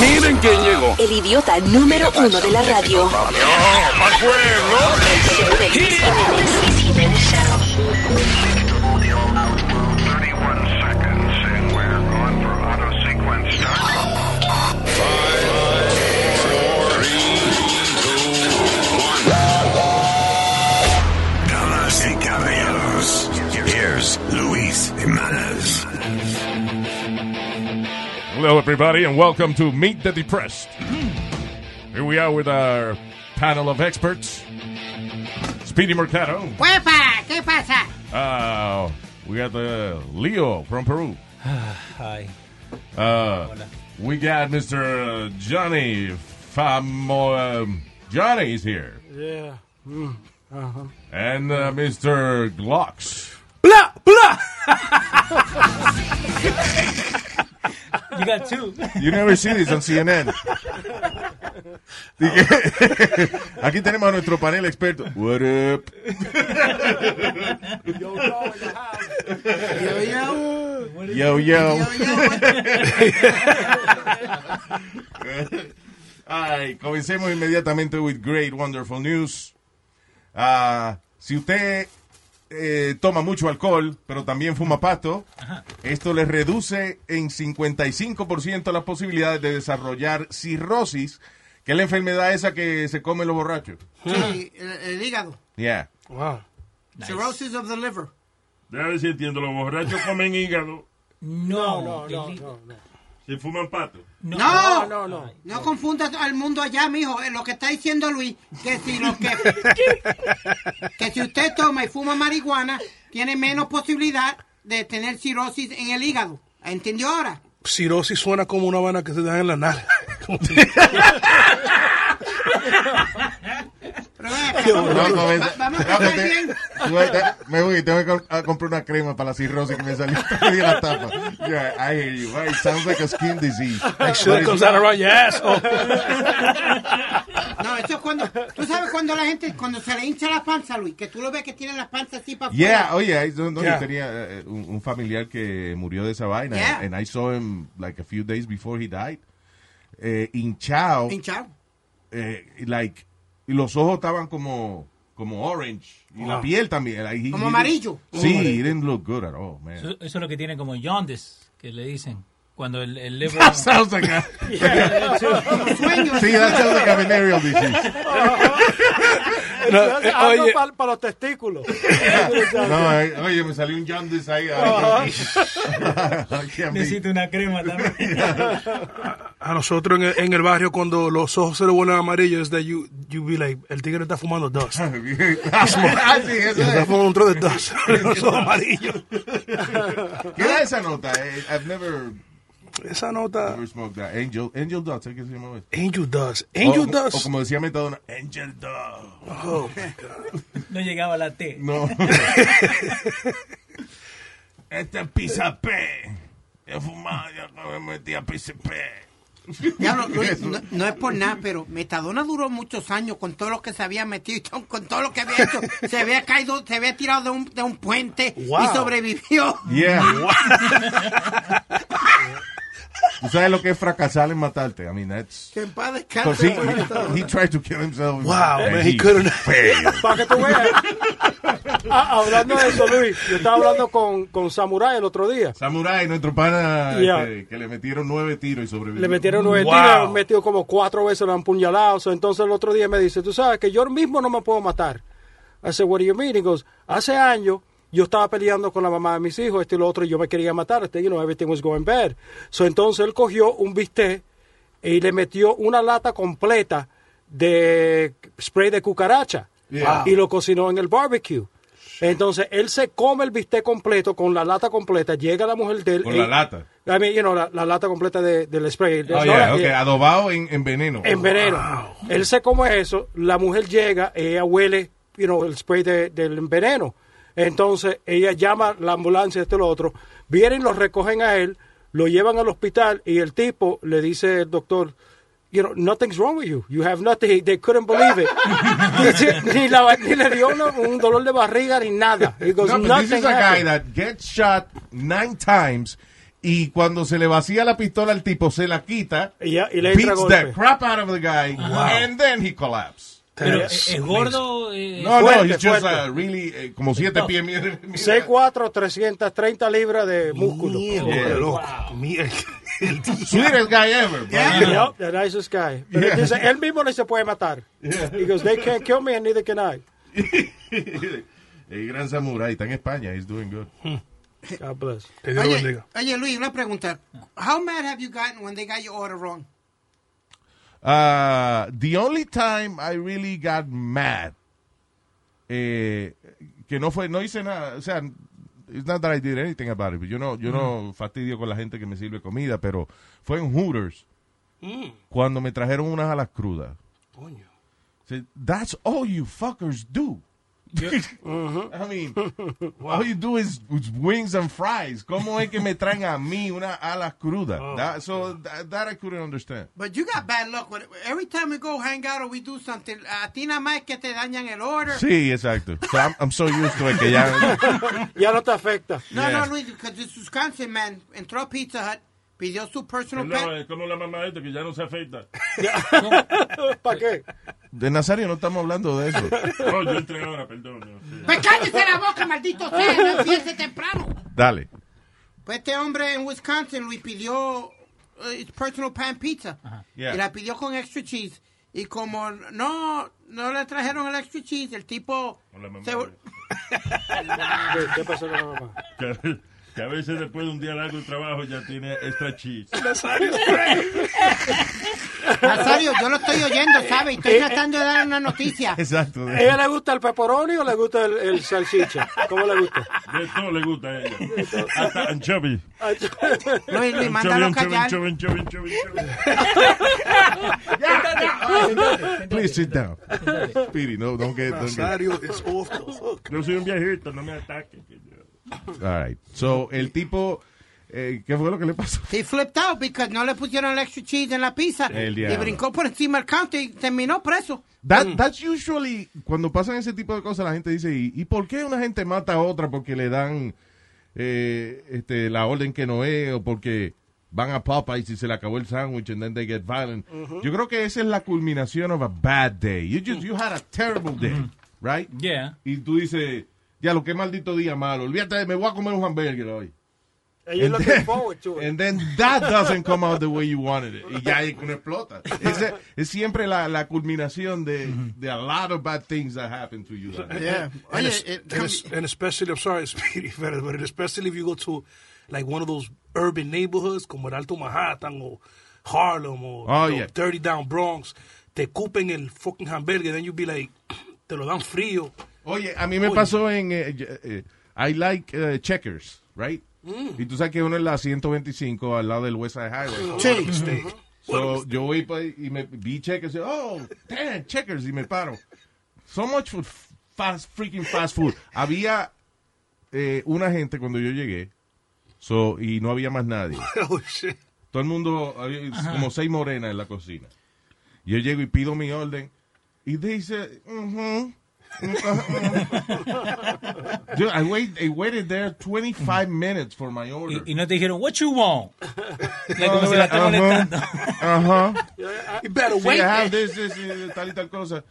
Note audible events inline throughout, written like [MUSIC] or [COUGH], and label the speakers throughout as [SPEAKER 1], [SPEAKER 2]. [SPEAKER 1] Miren quién llegó.
[SPEAKER 2] El idiota número uno de la radio.
[SPEAKER 3] Damas y caballeros, here's Luis Jimenez.
[SPEAKER 4] Hello, everybody, and welcome to Meet the Depressed. Here we are with our panel of experts. Speedy Mercado.
[SPEAKER 5] ¡Huepa! ¿Qué pasa?
[SPEAKER 4] Uh, we got the Leo from Peru.
[SPEAKER 6] Hi.
[SPEAKER 4] Uh, we got Mr. Johnny Famo. Um, Johnny's here.
[SPEAKER 6] Yeah.
[SPEAKER 4] And uh, Mr. Glocks.
[SPEAKER 6] Blah
[SPEAKER 1] Ah,
[SPEAKER 6] blah. you got two.
[SPEAKER 7] You never see this on CNN. Dije, [LAUGHS] aquí tenemos a nuestro panel experto. What up?
[SPEAKER 5] Yo,
[SPEAKER 7] Yo,
[SPEAKER 5] yo.
[SPEAKER 7] yo.
[SPEAKER 5] Yo, yo.
[SPEAKER 7] Ay, comencemos inmediatamente with great, wonderful news. Ah, si usted eh, toma mucho alcohol, pero también fuma pasto, esto le reduce en 55% las posibilidades de desarrollar cirrosis, que es la enfermedad esa que se come los borrachos.
[SPEAKER 5] Sí, el, el hígado.
[SPEAKER 7] Yeah.
[SPEAKER 6] Wow.
[SPEAKER 5] Cirrhosis of the liver.
[SPEAKER 1] Ya ves, entiendo, los borrachos comen hígado
[SPEAKER 6] No, no, no, no.
[SPEAKER 1] y fuman pato.
[SPEAKER 5] No.
[SPEAKER 6] No,
[SPEAKER 5] No,
[SPEAKER 6] no, no.
[SPEAKER 5] confundas al mundo allá, mijo. Eh, Lo que está diciendo Luis, que si lo
[SPEAKER 7] [LAUGHS]
[SPEAKER 5] que... que si usted toma y fuma marihuana, tiene menos posibilidad de tener cirrosis en el hígado. ¿Entendió ahora?
[SPEAKER 8] Cirosis suena como una vana que se da en la nalga. [LAUGHS]
[SPEAKER 5] Pero
[SPEAKER 7] [LAUGHS]
[SPEAKER 5] ven acá, vamos,
[SPEAKER 7] No, no,
[SPEAKER 5] va-
[SPEAKER 7] esa-
[SPEAKER 5] vamos a
[SPEAKER 7] no,
[SPEAKER 5] pasar
[SPEAKER 7] te-
[SPEAKER 5] bien.
[SPEAKER 7] tú ahorita- Me voy, tengo que com- a comprar una crema para la cirrosis que me salió [LAUGHS] de la tapa. Yeah, I hear you. Right, sounds like a skin disease.
[SPEAKER 8] That shit comes out around your
[SPEAKER 6] Oh,
[SPEAKER 8] asshole.
[SPEAKER 5] No, eso es cuando... Tú sabes cuando la gente, cuando se le hincha la panza, Luis, que tú lo ves que tiene la panza así para
[SPEAKER 7] Yeah, oye, I- no, no,
[SPEAKER 8] Yeah.
[SPEAKER 7] yo tenía eh, un, un familiar que murió de esa vaina.
[SPEAKER 5] Yeah.
[SPEAKER 7] And I saw him like a few days before he died. Eh, hinchado.
[SPEAKER 5] Hinchado.
[SPEAKER 7] eh, like, y los ojos estaban como, como orange. Y la piel también. like, he-
[SPEAKER 5] Como
[SPEAKER 7] he-
[SPEAKER 5] amarillo.
[SPEAKER 7] Sí, he didn't look good at all, man.
[SPEAKER 9] Eso, eso es lo que tiene como jaundice, que le dicen. Cuando el, el [LAUGHS] liver-
[SPEAKER 7] That [LAUGHS] sounds like a...
[SPEAKER 5] Como sueño.
[SPEAKER 7] Sí, that sounds like a venereal disease.
[SPEAKER 5] [LAUGHS]
[SPEAKER 8] No, eh,
[SPEAKER 6] Algo
[SPEAKER 8] oye,
[SPEAKER 6] para, los testículos.
[SPEAKER 7] No, ay, oye, me salió un jaundice ahí. ay, I can't be-
[SPEAKER 9] Necesito una crema también. [LAUGHS]
[SPEAKER 8] a nosotros en el, en el barrio cuando los ojos se le vuelven amarillos, es that you, you be like, el tigre está fumando
[SPEAKER 7] [LAUGHS]
[SPEAKER 8] dust.
[SPEAKER 7] Ah, sí, eso
[SPEAKER 8] Está
[SPEAKER 7] es.
[SPEAKER 8] fumando un trozo de dust. [LAUGHS] los ojos amarillos.
[SPEAKER 7] ¿Qué da esa nota? Eh, I've never,
[SPEAKER 8] Esa nota,
[SPEAKER 7] never smoked that. Angel, Angel Dust, ¿eh? ¿qué se llama eso?
[SPEAKER 8] angel dust. Angel
[SPEAKER 7] o,
[SPEAKER 8] dust.
[SPEAKER 7] O como decía Metadona, Angel Dust.
[SPEAKER 8] Oh, my God.
[SPEAKER 9] No llegaba la T.
[SPEAKER 8] [LAUGHS]
[SPEAKER 7] No. este pizza P. He fumado, ya me metí a pizza P.
[SPEAKER 5] Diablo, Luis, no, no es por nada, pero Metadona duró muchos años con todo lo que se había metido, [LAUGHS] y con todo lo que había hecho. Se había caído, se había tirado de un, de un puente y
[SPEAKER 8] Wow.
[SPEAKER 5] sobrevivió.
[SPEAKER 7] [LAUGHS] Yeah. ¿Tú sabes lo que es fracasar en matarte? I mean, that's...
[SPEAKER 5] Que en paz
[SPEAKER 7] Because
[SPEAKER 5] descanse.
[SPEAKER 7] he, he, he tried to kill himself.
[SPEAKER 8] Wow,
[SPEAKER 7] and
[SPEAKER 8] man, he couldn't.
[SPEAKER 7] failed.
[SPEAKER 6] Para que tú
[SPEAKER 1] [LAUGHS]
[SPEAKER 6] veas. Ah, hablando de eso, Luis, yo estaba hablando con, con Samurai el otro día.
[SPEAKER 7] Samurai, nuestro pana,
[SPEAKER 6] Yeah.
[SPEAKER 7] este, que le metieron nueve tiros y sobrevivió. Oh,
[SPEAKER 6] Le metieron nueve
[SPEAKER 8] Wow.
[SPEAKER 6] tiros, le han metido como cuatro veces, lo han puñalado. So, entonces el otro día me dice, tú sabes que yo mismo no me puedo matar. I said, what do you mean? He goes, hace años yo estaba peleando con la mamá de mis hijos, esto y lo otro, y yo me quería matar. Este, you know, everything was going bad. So, entonces él cogió un bistec y le metió una lata completa de spray de cucaracha
[SPEAKER 7] Yeah.
[SPEAKER 6] y lo cocinó en el barbecue. Entonces él se come el bistec completo con la lata completa. Llega la mujer de él.
[SPEAKER 7] Con
[SPEAKER 6] y-
[SPEAKER 7] la lata.
[SPEAKER 6] I mean, you know, la, la lata completa de- del spray.
[SPEAKER 7] Oh,
[SPEAKER 6] No,
[SPEAKER 7] yeah,
[SPEAKER 6] la-
[SPEAKER 7] okay,
[SPEAKER 6] eh,
[SPEAKER 7] adobado en, en veneno.
[SPEAKER 6] En veneno. Él se come eso, la mujer llega, ella huele, you know, el spray de- del veneno. Entonces, ella llama la ambulancia, este y lo otro. Vienen, lo recogen a él, lo llevan al hospital y el tipo le dice el doctor, you know, nothing's wrong with you. You have nothing. They couldn't believe
[SPEAKER 7] [LAUGHS]
[SPEAKER 6] it. [LAUGHS] ni, la- ni le dio una- un dolor de barriga ni nada. He goes,
[SPEAKER 7] No, but this
[SPEAKER 6] nothing
[SPEAKER 7] is a guy
[SPEAKER 6] happened.
[SPEAKER 7] that gets shot nine times Y cuando se le vacía la pistola al tipo, se la quita.
[SPEAKER 6] Y ya- y le entra
[SPEAKER 7] beats
[SPEAKER 6] golpe.
[SPEAKER 7] the crap out of the guy. And then he collapses.
[SPEAKER 9] Pero eh,
[SPEAKER 8] Yes,
[SPEAKER 9] es, es gordo. eh,
[SPEAKER 7] No,
[SPEAKER 6] Fuerte,
[SPEAKER 7] no, he's just
[SPEAKER 6] fuerte.
[SPEAKER 7] uh, really eh, como siete
[SPEAKER 9] No.
[SPEAKER 7] pies. [LAUGHS] mira, mira.
[SPEAKER 6] 6'4", 330 libras de músculo. Oh,
[SPEAKER 7] Yeah.
[SPEAKER 8] Mierda, loco. Mierda. El tío.
[SPEAKER 7] Sweetest guy
[SPEAKER 6] [LAUGHS]
[SPEAKER 7] ever. bro.
[SPEAKER 6] Yep, the nicest
[SPEAKER 7] [LAUGHS]
[SPEAKER 6] guy. Pero él dice, él mismo no se puede matar. Because they can't kill me and neither can I.
[SPEAKER 7] [LAUGHS] El gran samurái está en España. He's doing good.
[SPEAKER 6] God bless.
[SPEAKER 8] Que Dios lo
[SPEAKER 5] Oye,
[SPEAKER 8] bendiga.
[SPEAKER 5] oye, Luis, una pregunta. How mad have you gotten when they got your order wrong?
[SPEAKER 7] Uh, the only time I really got mad, eh, que no fue, no hice nada, o sea, it's not that I did anything about it, but yo no, yo no fastidio con la gente que me sirve comida, pero fue en Hooters cuando me trajeron unas alas crudas.
[SPEAKER 8] Coño.
[SPEAKER 7] Said, That's all you fuckers do. [LAUGHS] I mean, all you do is, is wings and fries. ¿Cómo es que me traen a mí una alas cruda? That- so that, that I couldn't understand.
[SPEAKER 5] But you got bad luck. with- Every time we go hang out or we do something, a ti nada más es que te dañan el order.
[SPEAKER 7] Sí, exacto. So I'm, I'm so used to it que
[SPEAKER 1] [LAUGHS]
[SPEAKER 7] ya.
[SPEAKER 6] Ya no te afecta.
[SPEAKER 5] No,
[SPEAKER 7] Yeah.
[SPEAKER 5] no, Luis, because this Wisconsin man entró a Pizza Hut, pidió su personal
[SPEAKER 1] No,
[SPEAKER 5] pet.
[SPEAKER 1] es como la mamá de este que ya no se afecta.
[SPEAKER 6] ¿Para qué?
[SPEAKER 7] De Nazario no estamos hablando de eso.
[SPEAKER 1] No, yo entré ahora, perdón. no, sí.
[SPEAKER 5] Pues cállese la boca, maldito sea, no empiece temprano.
[SPEAKER 7] Dale.
[SPEAKER 5] Pues este hombre en Wisconsin, Luis, pidió eh, personal pan pizza.
[SPEAKER 7] Yeah.
[SPEAKER 5] Y la pidió con extra cheese. Y como no, no le trajeron el extra cheese, el tipo...
[SPEAKER 1] Con la mamá
[SPEAKER 5] se-
[SPEAKER 7] [LAUGHS]
[SPEAKER 1] de-
[SPEAKER 6] ¿Qué, qué pasó con la mamá?
[SPEAKER 1] Que, que a veces después de un día largo de trabajo ya tiene extra cheese.
[SPEAKER 5] Nazario, yo lo estoy oyendo, ¿sabes?
[SPEAKER 7] Eh,
[SPEAKER 5] Estoy tratando de dar
[SPEAKER 7] [LAUGHS]
[SPEAKER 5] una noticia.
[SPEAKER 7] Exacto.
[SPEAKER 6] ¿A ¿Ella le gusta el pepperoni o le gusta el, el salchicha? ¿Cómo le gusta?
[SPEAKER 7] [LAUGHS]
[SPEAKER 1] De todo le gusta a ella. Hasta anchovy.
[SPEAKER 5] Luis, Luis,
[SPEAKER 1] Anchovy,
[SPEAKER 5] mándalo a
[SPEAKER 1] anchovy,
[SPEAKER 5] callar.
[SPEAKER 1] anchovy, anchovy, anchovy, anchovy.
[SPEAKER 7] Please sit down. Speedy, no, don't get. Don't get.
[SPEAKER 8] Nazario es off the hook.
[SPEAKER 1] Yo soy un viejito, no me ataque.
[SPEAKER 7] All right. So, el tipo. eh, ¿Qué fue lo que le pasó?
[SPEAKER 5] He flipped out because no le pusieron el extra cheese en la pizza.
[SPEAKER 7] El
[SPEAKER 5] y
[SPEAKER 7] diablo.
[SPEAKER 5] brincó por encima del counter y terminó preso.
[SPEAKER 7] That,
[SPEAKER 1] Mm.
[SPEAKER 7] That's usually. Cuando pasan ese tipo de cosas, la gente dice: ¿Y, y por qué una gente mata a otra porque le dan eh, este, la orden que no es o porque van a Popeyes y se le acabó el sándwich and then they get violent? Yo creo que esa es la culminación of a bad day. You, just, you had a terrible day, right?
[SPEAKER 9] Yeah.
[SPEAKER 7] Y tú dices, ya lo que maldito día malo, olvídate, de- me voy a comer un hamburger hoy.
[SPEAKER 6] Ella looking forward to it.
[SPEAKER 7] And then that doesn't come out the way you wanted it. Y ya ahí uno explota. Es, es siempre la, la culminación de, de a lot of bad things that happen to you. that day.
[SPEAKER 8] And,
[SPEAKER 5] Oye,
[SPEAKER 8] es-
[SPEAKER 5] eh,
[SPEAKER 8] and es- and especially, I'm sorry, [LAUGHS] Speedy, but but especially if you go to like one of those urban neighborhoods como el Alto Manhattan or Harlem or
[SPEAKER 7] Oh,
[SPEAKER 8] you know,
[SPEAKER 7] yeah.
[SPEAKER 8] Dirty Down Bronx, te cupen el fucking hamburger, then you be like, [CLEARS THROAT] te lo dan frío. [LAUGHS]
[SPEAKER 7] Oye, a mí me pasó en... eh, eh, eh, I like eh, checkers, right? Y tú sabes que uno es la 125 al lado del West Side Highway.
[SPEAKER 8] Steak.
[SPEAKER 7] So, yo voy pa- y me vi checkers. y, Oh, damn, checkers. Y me paro. So much for fast, freaking fast food. Había eh, una gente cuando yo llegué so, y no había más nadie.
[SPEAKER 8] Oh, shit.
[SPEAKER 7] Todo el mundo, había como seis morenas en la cocina. Yo llego y pido mi orden. Y dice, "Ujú, ujú". Dude, I, wait, I waited there 25 minutes for my order.
[SPEAKER 9] Y, y no te dijeron, what you [LAUGHS] want? Like, como si la estás
[SPEAKER 7] Ajá.
[SPEAKER 9] molestando.
[SPEAKER 7] Ajá.
[SPEAKER 8] You better
[SPEAKER 7] Sí, I
[SPEAKER 8] wait.
[SPEAKER 7] have this, this, y tal y tal cosa.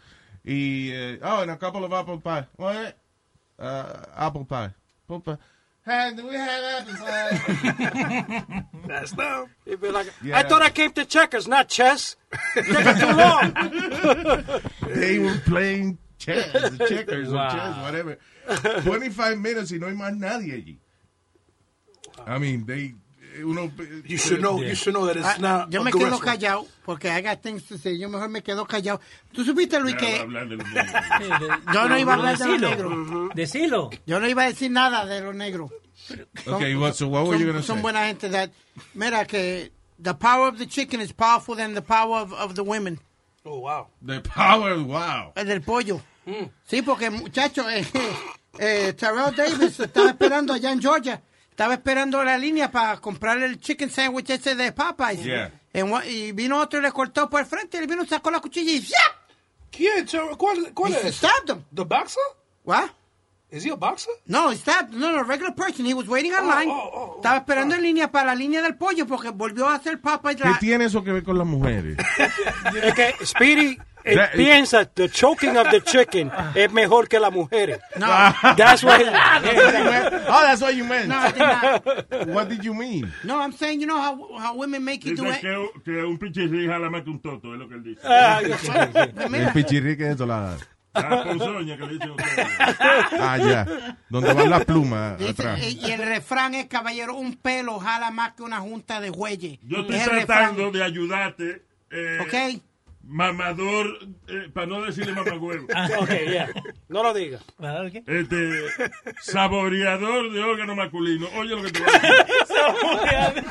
[SPEAKER 7] Y, eh, oh, and a couple of apple pie. What? Uh, apple pie. Apple pie. Hey, do we have apple pie?
[SPEAKER 8] That's not.
[SPEAKER 6] He'd be like,
[SPEAKER 7] Yeah.
[SPEAKER 6] I thought I came to checkers, not chess. Checkers too long.
[SPEAKER 7] [LAUGHS] They were playing
[SPEAKER 1] [LAUGHS]
[SPEAKER 7] chess, checkers
[SPEAKER 9] Wow.
[SPEAKER 7] or chess, whatever. 25 minutes y no hay más nadie allí. I mean, they, uno... eh,
[SPEAKER 8] You should know. You should know that it's
[SPEAKER 5] Ah,
[SPEAKER 8] not.
[SPEAKER 5] yo
[SPEAKER 8] a
[SPEAKER 5] me
[SPEAKER 8] good
[SPEAKER 5] quedo
[SPEAKER 8] restaurant.
[SPEAKER 5] callado porque I got things to say. Yo mejor me quedo callado. Tú supiste, Luis,
[SPEAKER 1] Ya va a
[SPEAKER 5] que
[SPEAKER 1] hablar de los niños.
[SPEAKER 5] [LAUGHS] yo no iba a hablar de los
[SPEAKER 9] Decilo.
[SPEAKER 5] negros.
[SPEAKER 9] Decilo.
[SPEAKER 5] Yo no iba a decir nada de los negros.
[SPEAKER 7] Okay, what, so what were you going to
[SPEAKER 5] Son,
[SPEAKER 7] say?
[SPEAKER 5] son buena gente. That, mira, que the power of the chicken is powerful than the power of, of the women.
[SPEAKER 8] Oh wow.
[SPEAKER 7] The power,
[SPEAKER 5] [LAUGHS]
[SPEAKER 7] wow.
[SPEAKER 5] El del pollo.
[SPEAKER 8] Mm.
[SPEAKER 5] Sí, porque muchacho, eh, eh, Terrell Davis estaba esperando allá en Georgia. Estaba esperando la línea para comprar el chicken sandwich ese de Popeyes.
[SPEAKER 7] Yeah.
[SPEAKER 5] En wa- y vino otro y le cortó por el frente. Y vino, sacó la cuchilla y ¡ya!
[SPEAKER 8] ¿Quién? Terry? ¿Cuál? ¿Cuál
[SPEAKER 5] Y
[SPEAKER 8] es?
[SPEAKER 5] stabbed him.
[SPEAKER 8] The boxer?
[SPEAKER 5] What?
[SPEAKER 8] Is he a boxer?
[SPEAKER 5] No, it's not, no, no, regular person. He was waiting online.
[SPEAKER 8] oh, oh, oh.
[SPEAKER 5] Estaba esperando en línea para la línea del pollo porque volvió a hacer papa y
[SPEAKER 7] ¿Qué
[SPEAKER 5] la...
[SPEAKER 7] tiene eso que ver con las mujeres?
[SPEAKER 6] Es que Speedy eh,
[SPEAKER 7] That-
[SPEAKER 6] piensa the choking of the
[SPEAKER 7] [LAUGHS]
[SPEAKER 6] chicken es mejor que las mujeres. No. That's what he-
[SPEAKER 7] oh, that's what you meant.
[SPEAKER 5] No, I did not.
[SPEAKER 7] What did you mean?
[SPEAKER 5] No, I'm saying, you know how, how women make you do
[SPEAKER 1] Dice
[SPEAKER 5] it.
[SPEAKER 1] que, que un pinche se jala más que un toto, es lo que
[SPEAKER 5] [LAUGHS]
[SPEAKER 1] él dice.
[SPEAKER 7] El pichirrique es la...
[SPEAKER 1] La ponzoña que le dicen ustedes.
[SPEAKER 7] Ah, ya. Donde van las plumas
[SPEAKER 5] Dice-
[SPEAKER 7] atrás.
[SPEAKER 5] y, y el refrán es, caballero, un pelo jala más que una junta de jueyes.
[SPEAKER 1] Yo estoy
[SPEAKER 5] Es el
[SPEAKER 1] tratando de ayudarte. Eh,
[SPEAKER 5] refrán. ¿Ok?
[SPEAKER 1] Mamador, eh, para no decirle mamagüevo.
[SPEAKER 5] Ah.
[SPEAKER 9] Ah.
[SPEAKER 6] Okay,
[SPEAKER 9] [LAUGHS]
[SPEAKER 6] yeah. No lo digas.
[SPEAKER 9] ¿Verdad que?
[SPEAKER 1] Este, saboreador de órgano masculino. Oye lo que te voy
[SPEAKER 5] [LAUGHS]
[SPEAKER 1] a decir.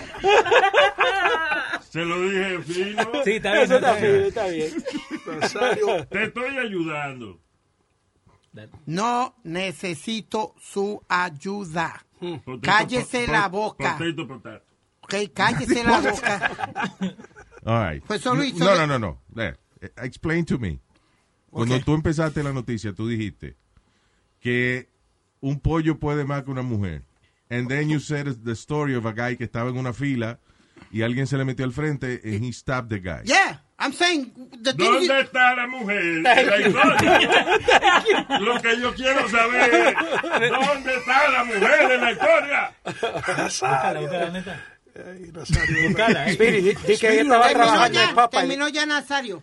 [SPEAKER 1] Se lo dije fino.
[SPEAKER 9] Sí, está bien.
[SPEAKER 6] Eso está
[SPEAKER 9] está
[SPEAKER 6] bien,
[SPEAKER 9] bien.
[SPEAKER 6] está bien.
[SPEAKER 8] Nazario.
[SPEAKER 1] Te estoy ayudando.
[SPEAKER 5] No necesito su ayuda.
[SPEAKER 1] Potato,
[SPEAKER 5] Cállese
[SPEAKER 1] po-
[SPEAKER 5] la
[SPEAKER 1] po-
[SPEAKER 5] boca.
[SPEAKER 1] Potato, potato.
[SPEAKER 5] Ok, [LAUGHS] cállese la boca.
[SPEAKER 7] All right.
[SPEAKER 5] Pues solo hizo-
[SPEAKER 7] No, no, no, no. There. Eh, Explain to me. Cuando
[SPEAKER 5] Ok.
[SPEAKER 7] tú empezaste la noticia, tú dijiste que un pollo puede más que una mujer. And then you said the story of a guy que estaba en una fila y alguien se le metió al frente and he stabbed the guy.
[SPEAKER 5] Yeah, I'm saying the thing
[SPEAKER 1] ¿Dónde
[SPEAKER 5] you-
[SPEAKER 1] está la mujer? en La historia. Lo que yo quiero saber es, ¿dónde está la mujer en la historia?
[SPEAKER 9] Búscala, búscala, ¿dónde está?
[SPEAKER 8] Ay, Nazario.
[SPEAKER 9] Búscala, eh.
[SPEAKER 6] Speedy, di, di que ella estaba
[SPEAKER 5] terminó
[SPEAKER 6] trabajando en
[SPEAKER 5] ya,
[SPEAKER 6] papa.
[SPEAKER 5] terminó ya Nazario.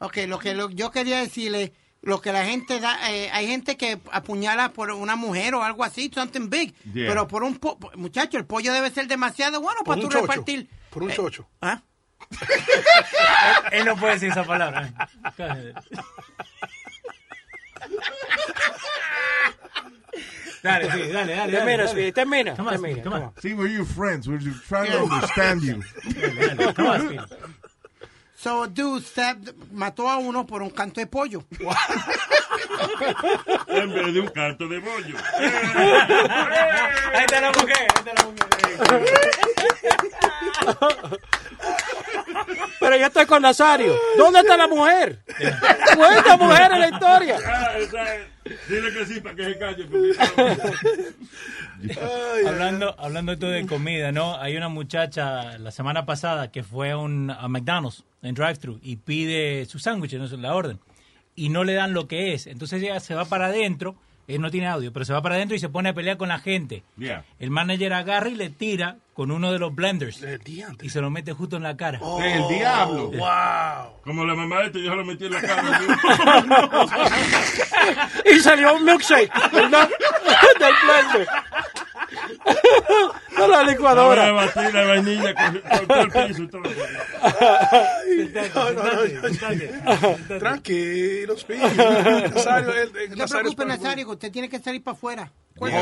[SPEAKER 5] Ok, lo que lo- yo quería decirle, lo que la gente da, eh, hay gente que apuñala por una mujer o algo así, something big,
[SPEAKER 7] Yeah.
[SPEAKER 5] pero por un po- muchacho, el pollo debe ser demasiado bueno
[SPEAKER 8] Por
[SPEAKER 5] para tú
[SPEAKER 8] un chocho.
[SPEAKER 5] repartir.
[SPEAKER 8] Por un
[SPEAKER 5] Eh,
[SPEAKER 8] chocho.
[SPEAKER 5] ¿ah?
[SPEAKER 9] Él no puede decir esa palabra. Cállate. Dale, sí, dale, dale. dale,
[SPEAKER 6] Termina,
[SPEAKER 9] dale.
[SPEAKER 6] Speedy, termina.
[SPEAKER 9] Come on,
[SPEAKER 6] Termina.
[SPEAKER 9] come on.
[SPEAKER 6] come on.
[SPEAKER 7] See, we're your friends. We're just trying to understand you.
[SPEAKER 9] Dale, come on, Speedy.
[SPEAKER 5] So, a dude stabbed- mató a uno por un canto de pollo.
[SPEAKER 1] En vez de un canto de bollo.
[SPEAKER 9] Ahí está la mujer, ahí está la mujer.
[SPEAKER 6] Pero yo estoy con Nazario. ¿Dónde está la mujer? ¿Cuántas mujeres en la historia?
[SPEAKER 1] Ah, esa es. Dile que sí para que
[SPEAKER 7] [LAUGHS]
[SPEAKER 1] se calle. porque-
[SPEAKER 9] Hablando, hablando esto de comida, ¿no? Hay una muchacha la semana pasada que fue a, un, a McDonald's en drive-thru y pide su sándwich, no sé, la orden, y no le dan lo que es. Entonces ella se va para adentro, él no tiene audio, pero se va para adentro y se pone a pelear con la gente.
[SPEAKER 1] Yeah.
[SPEAKER 9] El manager agarra y le tira con uno de los blenders
[SPEAKER 8] El diante.
[SPEAKER 9] y se lo mete justo en la cara.
[SPEAKER 7] El diablo.
[SPEAKER 8] Wow.
[SPEAKER 1] Como la mamá de este, yo se lo metí en la cara.
[SPEAKER 6] Y salió un milkshake. ¿verdad? [LAUGHS] Del blender. [LAUGHS] De la
[SPEAKER 1] Ahora
[SPEAKER 6] licuadora.
[SPEAKER 1] a batir la vainilla con, con todo el piso y todo.
[SPEAKER 8] Ah, No, no, no, [LAUGHS] no. Tranquilo, Speedy. Nazario, el, el, Nazario
[SPEAKER 5] No se
[SPEAKER 8] es
[SPEAKER 5] preocupe,
[SPEAKER 8] para-
[SPEAKER 5] Nazario, que usted tiene que salir para afuera.
[SPEAKER 9] Ay,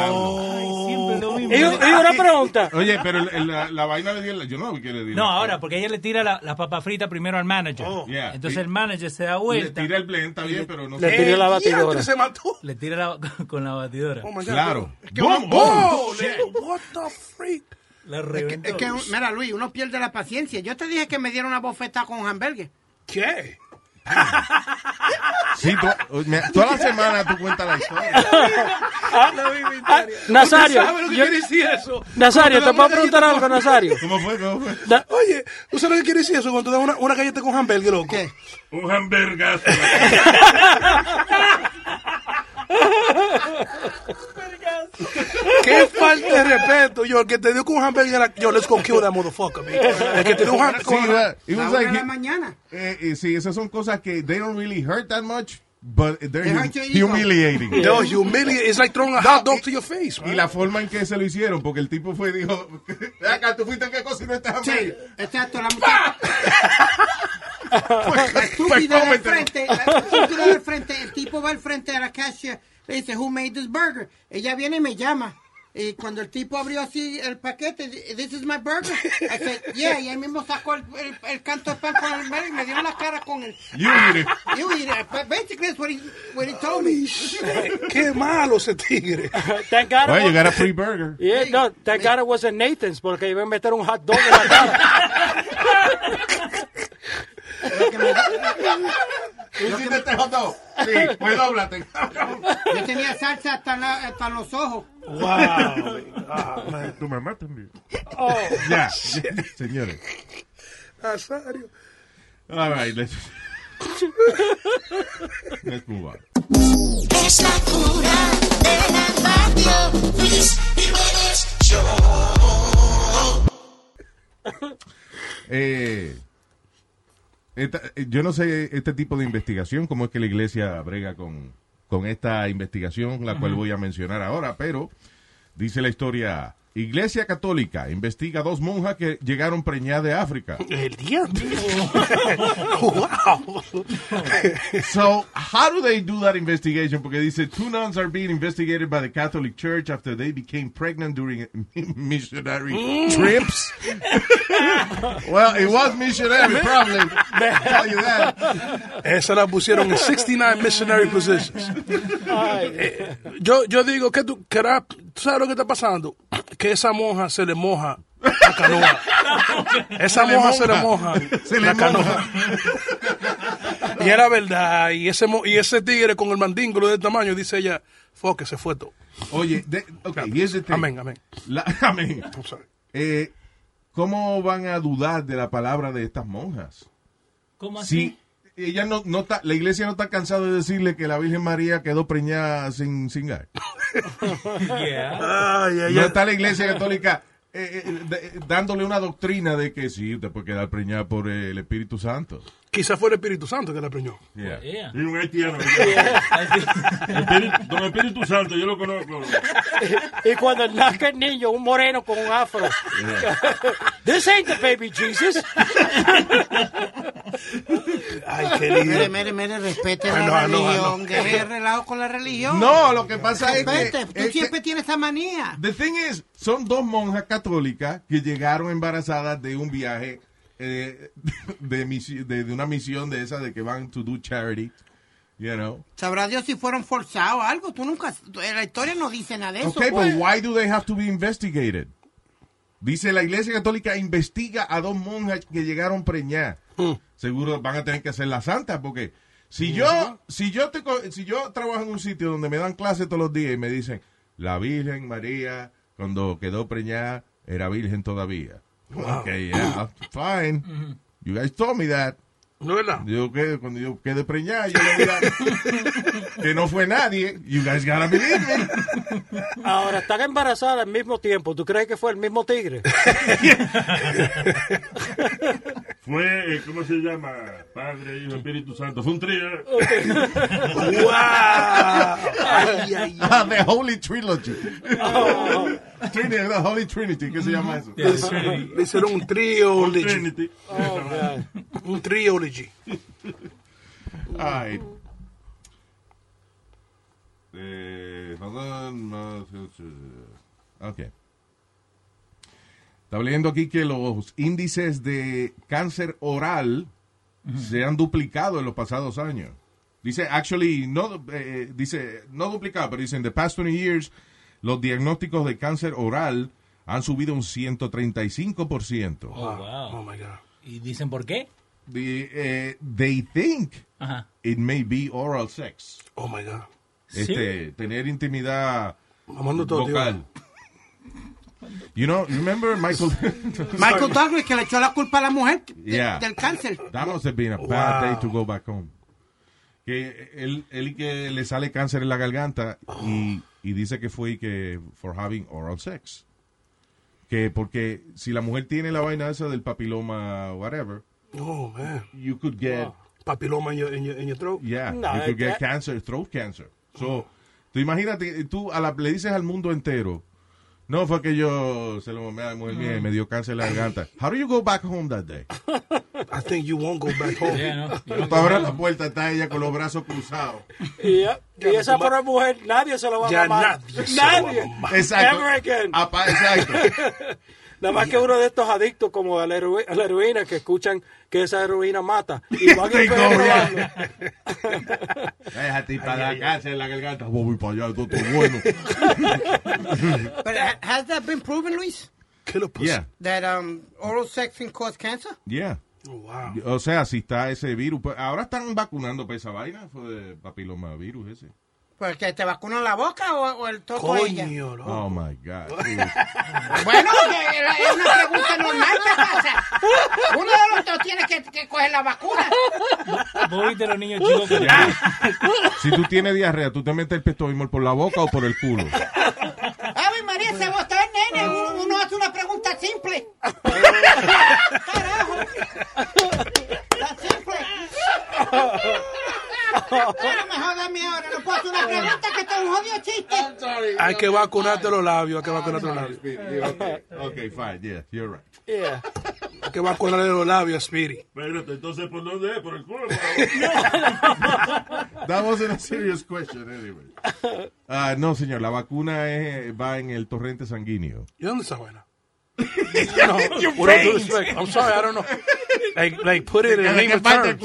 [SPEAKER 9] siempre lo mismo.
[SPEAKER 6] Y, y
[SPEAKER 7] Ah.
[SPEAKER 6] una pregunta.
[SPEAKER 7] Oye, pero el- el- la, la vaina le dio... el- Yo no vi que le dio.
[SPEAKER 9] No, ahora, porque ella le tira la, la papa frita primero al manager.
[SPEAKER 7] yeah.
[SPEAKER 9] Entonces
[SPEAKER 7] Y-
[SPEAKER 9] el manager se da
[SPEAKER 7] Le
[SPEAKER 9] vuelta,
[SPEAKER 7] tira el blend, está bien, pero no
[SPEAKER 6] Le
[SPEAKER 7] sé.
[SPEAKER 6] tiró
[SPEAKER 8] El
[SPEAKER 6] la
[SPEAKER 8] diantre
[SPEAKER 6] batidora.
[SPEAKER 8] se mató.
[SPEAKER 9] le tira la- [LAUGHS] con la batidora.
[SPEAKER 8] Oh, my God.
[SPEAKER 7] Claro.
[SPEAKER 8] Qué
[SPEAKER 7] Boom,
[SPEAKER 8] mambo,
[SPEAKER 7] boom.
[SPEAKER 8] le- What the freak?
[SPEAKER 9] La reventó.
[SPEAKER 5] Es que, mira, Luis, uno pierde la paciencia. Yo te dije que me dieron una bofeta con hamburgues.
[SPEAKER 8] ¿Qué?
[SPEAKER 7] Sí, tú- me- toda la semana tú cuentas la historia.
[SPEAKER 6] Ah, Nazario,
[SPEAKER 8] ¿Sabe lo que
[SPEAKER 6] yo-
[SPEAKER 8] quiere decir eso?
[SPEAKER 6] Nazario, te
[SPEAKER 8] Cuando le
[SPEAKER 6] puedo
[SPEAKER 8] dan una
[SPEAKER 6] preguntar
[SPEAKER 8] galleta
[SPEAKER 6] algo,
[SPEAKER 8] con-
[SPEAKER 6] Nazario.
[SPEAKER 7] ¿Cómo fue? ¿Cómo fue?
[SPEAKER 6] Na-
[SPEAKER 8] Oye, ¿tú sabes lo que quiere decir eso? Cuando te dan una, una galleta con hamburger, loco.
[SPEAKER 5] ¿Qué?
[SPEAKER 1] Un hamburgazo.
[SPEAKER 8] Qué falta de respeto. Yo, el que te dio con un hamburger, yo, let's go kill that motherfucker, man. El que te dio un hamburger.
[SPEAKER 7] Sí, iba- it
[SPEAKER 5] Ah, La
[SPEAKER 7] was
[SPEAKER 5] una
[SPEAKER 7] like
[SPEAKER 5] de la
[SPEAKER 7] he-
[SPEAKER 5] mañana.
[SPEAKER 7] eh, eh, sí, esas son cosas que they don't really hurt that much, but they're
[SPEAKER 5] They
[SPEAKER 7] hum-
[SPEAKER 5] hurt your ego.
[SPEAKER 7] humiliating.
[SPEAKER 5] [LAUGHS]
[SPEAKER 8] No, humiliating. It's like throwing a hot dog to your face,
[SPEAKER 7] Y
[SPEAKER 8] man.
[SPEAKER 7] la forma en que se lo hicieron, porque el tipo fue y dijo, [LAUGHS] "Ven acá, tú fuiste el que cocinó esta
[SPEAKER 5] Sí, [LAUGHS]
[SPEAKER 7] hamburguesa.
[SPEAKER 5] exacto, la muchacha.
[SPEAKER 7] Pues-
[SPEAKER 5] La
[SPEAKER 7] pues
[SPEAKER 5] estúpida del
[SPEAKER 7] cómetelo.
[SPEAKER 5] frente, la estúpida del frente, el tipo va al frente de la cashier, le dice, who made this burger? Ella viene y me llama. Y cuando el tipo abrió así el paquete, this is my burger. I said, yeah, y ahí mismo sacó el, el- el canto de pan con el mar y me dio la cara con el...
[SPEAKER 7] You eat it.
[SPEAKER 5] You eat it. But basically that's what he, what he told me.
[SPEAKER 8] Qué malo ese tigre.
[SPEAKER 6] Thank God.
[SPEAKER 7] Well, you
[SPEAKER 6] it
[SPEAKER 7] got a
[SPEAKER 6] was-
[SPEAKER 7] free
[SPEAKER 5] [LAUGHS]
[SPEAKER 7] burger.
[SPEAKER 6] Yeah, no, thank God it wasn't Nathan's porque iba a meter un hot dog en la cara.
[SPEAKER 5] Lo que me-
[SPEAKER 7] ¿Tú hiciste este hot dog? Sí, pues dóblate.
[SPEAKER 5] Yo tenía salsa hasta, la- hasta los ojos.
[SPEAKER 8] Wow. Ah, man.
[SPEAKER 4] Tu mamá también.
[SPEAKER 5] [LAUGHS] Oh,
[SPEAKER 7] ya, señores.
[SPEAKER 8] Nazario.
[SPEAKER 7] All right, let's, [LAUGHS] let's move on.
[SPEAKER 10] Es la cura de la radio, Luis Jiménez Show.
[SPEAKER 7] Eh, esta- eh, yo no sé este tipo de investigación, cómo es que la iglesia brega con, con esta investigación, la cual voy a mencionar ahora, pero dice la historia, Iglesia Católica investiga dos monjas que llegaron preñadas de África.
[SPEAKER 8] El
[SPEAKER 7] [LAUGHS]
[SPEAKER 8] diente. wow.
[SPEAKER 7] So, how do they do that investigation? Porque dice, two nuns are being investigated by the Catholic Church after they became pregnant during [LAUGHS] missionary
[SPEAKER 8] Mm.
[SPEAKER 7] trips. well, it was
[SPEAKER 8] [LAUGHS]
[SPEAKER 7] missionary, probably. I'll tell you that.
[SPEAKER 8] Esa la pusieron en 69 missionary positions. Eh, yo, yo digo que tú, que era- ¿tú sabes lo que está pasando? Que esa monja se le moja la
[SPEAKER 7] [LAUGHS]
[SPEAKER 8] canoa. Esa
[SPEAKER 7] Se le
[SPEAKER 8] monja se le moja
[SPEAKER 7] moja. Se le
[SPEAKER 8] la canoa.
[SPEAKER 7] moja.
[SPEAKER 8] Y era verdad. Y ese, mo- y ese tigre con el mandíngulo de este tamaño, dice ella, fuck, se fue todo.
[SPEAKER 7] Oye, de, okay, here's the thing.
[SPEAKER 8] Amén, amén.
[SPEAKER 7] La- [LAUGHS] amén.
[SPEAKER 8] I'm sorry.
[SPEAKER 7] Eh, ¿Cómo van a dudar de la palabra de estas monjas?
[SPEAKER 9] ¿Cómo así?
[SPEAKER 7] Sí. Ella no, no está, la iglesia no está cansada de decirle que la Virgen María quedó preñada sin, sin gar.
[SPEAKER 9] [LAUGHS] Yeah.
[SPEAKER 8] Ay, ay,
[SPEAKER 7] No
[SPEAKER 8] ay.
[SPEAKER 7] está la iglesia católica eh, eh, de- eh, dándole una doctrina de que sí, usted puede quedar preñada por eh, el Espíritu Santo.
[SPEAKER 8] Quizá fue el Espíritu Santo que la preñó.
[SPEAKER 7] Yeah.
[SPEAKER 9] Yeah.
[SPEAKER 1] Y un haitiano. Espíritu- Don Espíritu Santo, yo lo conozco.
[SPEAKER 6] [LAUGHS] Y cuando nace el niño, un moreno con un
[SPEAKER 8] [LAUGHS]
[SPEAKER 6] afro. This ain't the baby Jesus.
[SPEAKER 8] Ay, qué lindo.
[SPEAKER 5] Mire, mire, mire, respete
[SPEAKER 8] Ah,
[SPEAKER 5] la
[SPEAKER 8] no, ah, no, ah,
[SPEAKER 5] religión.
[SPEAKER 8] no.
[SPEAKER 5] Que es relajo con la religión.
[SPEAKER 7] No, lo que pasa es que,
[SPEAKER 5] Respete, tú
[SPEAKER 7] es
[SPEAKER 5] siempre
[SPEAKER 7] que-
[SPEAKER 5] tienes esa manía.
[SPEAKER 7] The thing is, son dos monjas católicas que llegaron embarazadas de un viaje eh, [LAUGHS] de, misi- de, de una misión de esa de que van to do charity, you know.
[SPEAKER 5] Sabrá Dios si fueron forzados o algo. Tú nunca. La historia no dice nada de eso.
[SPEAKER 7] Okay,
[SPEAKER 5] pues.
[SPEAKER 7] but why do they have to be investigated? Dice la Iglesia Católica investiga a dos monjas que llegaron preñadas. Seguro van a tener que hacer la santa porque si yo si yo te co- si yo trabajo en un sitio donde me dan clases todos los días y me dicen la Virgen María cuando quedó preñada era virgen todavía. Okay, yeah, fine. You guys told me that.
[SPEAKER 8] ¿No es verdad?
[SPEAKER 7] Yo que cuando yo quedé preñada yo le diga que no fue nadie. You guys gotta believe me.
[SPEAKER 6] Ahora están embarazadas al mismo tiempo. ¿Tú crees que fue el mismo tigre?
[SPEAKER 1] Fue, eh, ¿cómo se llama? Padre, Hijo, Espíritu Santo. Fue un trío. eh.
[SPEAKER 8] ¡Wow! Ay, ay, ay.
[SPEAKER 7] [LAUGHS] Ah, the Holy Trilogy. Trinity, the Holy Trinity, ¿qué se llama eso?
[SPEAKER 9] Yeah, it's really-
[SPEAKER 8] Le hicieron un trío,
[SPEAKER 1] Trinity.
[SPEAKER 8] un triology.
[SPEAKER 7] Ay. Eh, hold on, más, eh, Ok. Está leyendo aquí que los índices de cáncer oral se han duplicado en los pasados años. Dice, actually, no, eh, dice, no duplicado, pero dice, en the past 20 years, los diagnósticos de cáncer oral han subido un 135%.
[SPEAKER 9] Oh,
[SPEAKER 8] Oh
[SPEAKER 9] wow.
[SPEAKER 8] my God.
[SPEAKER 9] ¿Y dicen por qué?
[SPEAKER 7] The, eh, they think
[SPEAKER 9] Ajá.
[SPEAKER 7] it may be oral sex.
[SPEAKER 8] Oh my God.
[SPEAKER 7] Este, tener intimidad
[SPEAKER 8] Mamando todo,
[SPEAKER 7] vocal.
[SPEAKER 8] tío.
[SPEAKER 7] You know, remember Michael?
[SPEAKER 5] Michael Douglas que le echó la culpa a la mujer de-
[SPEAKER 7] pues, Yeah.
[SPEAKER 5] del cáncer.
[SPEAKER 7] That must have been a bad day to go back home. Que él, él que le sale cáncer en la garganta y, y dice que fue que for having oral sex. Que porque si la mujer tiene la vaina esa del papiloma whatever,
[SPEAKER 8] Oh, man.
[SPEAKER 7] you could get
[SPEAKER 8] Papiloma en your, en your, en your throat.
[SPEAKER 7] Yeah,
[SPEAKER 6] No,
[SPEAKER 7] you could
[SPEAKER 6] es
[SPEAKER 7] get
[SPEAKER 6] que-
[SPEAKER 7] cancer, throat cancer. So, tú imagínate, tú a la- le dices al mundo entero, no fue que yo se lo mamé a la mujer mía y me dio cáncer en la garganta. How do you go back home that day?
[SPEAKER 8] I think you won't go back home.
[SPEAKER 9] Yeah, [LAUGHS] no, you don't
[SPEAKER 7] Tú abres la puerta, está ella con los brazos cruzados.
[SPEAKER 6] Y, y esa
[SPEAKER 8] tu ma-
[SPEAKER 6] pobre mujer, nadie se lo va a
[SPEAKER 8] Ya
[SPEAKER 6] mamar.
[SPEAKER 8] nadie se lo va a
[SPEAKER 6] Nadie.
[SPEAKER 8] mamar. Ah,
[SPEAKER 7] Exacto.
[SPEAKER 6] Ever again.
[SPEAKER 7] Apa- exacto.
[SPEAKER 6] Nada más que uno de estos adictos como a la, heroí- a la heroína que escuchan que esa heroína
[SPEAKER 8] [LAUGHS]
[SPEAKER 6] mata. Y van a
[SPEAKER 7] They
[SPEAKER 6] empezar a
[SPEAKER 7] go, yeah.
[SPEAKER 6] probarlo.
[SPEAKER 7] Déjate ir para la cáncer en la garganta. Voy para allá, todo bueno.
[SPEAKER 5] Pero, ¿has that been proven, Luis?
[SPEAKER 8] Kill a pussy.
[SPEAKER 7] Yeah,
[SPEAKER 5] That um, oral sex can cause cancer?
[SPEAKER 7] yeah.
[SPEAKER 8] wow.
[SPEAKER 7] O sea, si está ese virus. pues, Ahora están vacunando para esa vaina, fue de papilomavirus ese.
[SPEAKER 5] Porque Pues, te vacunan la boca o, o el toco de ella.
[SPEAKER 8] Coño, loco.
[SPEAKER 7] Oh, my God. Sí.
[SPEAKER 5] Bueno, eh, eh, es una pregunta normal que pasa. Uno de los dos tiene que, que coger la vacuna.
[SPEAKER 9] Vos viste los niños chicos [LAUGHS] que
[SPEAKER 7] si tú tienes diarrea, tú te metes el pestomimol por la boca o por el culo.
[SPEAKER 5] Ave María, se votó el nene. Uno, uno hace una pregunta simple. Carajo. Tan simple. Bueno, mejor dame ahora. No puedo hacer una pregunta que te un jodido chiste.
[SPEAKER 8] Hay que vacunarte los labios, hay que vacunarte los labios.
[SPEAKER 7] Ok, fine, yeah, you're right.
[SPEAKER 6] Yeah.
[SPEAKER 8] Hay que vacunarte los labios, Speedy.
[SPEAKER 1] Espérate, entonces, ¿por dónde es? ¿Por el culo? por la boca?
[SPEAKER 7] That wasn't a serious question, anyway. Ah, no, señor, la vacuna es- va en el torrente sanguíneo. [LAUGHS]
[SPEAKER 8] ¿Y dónde está buena? no, with all due respect, I'm sorry, I don't know. Like, like put it in layman terms.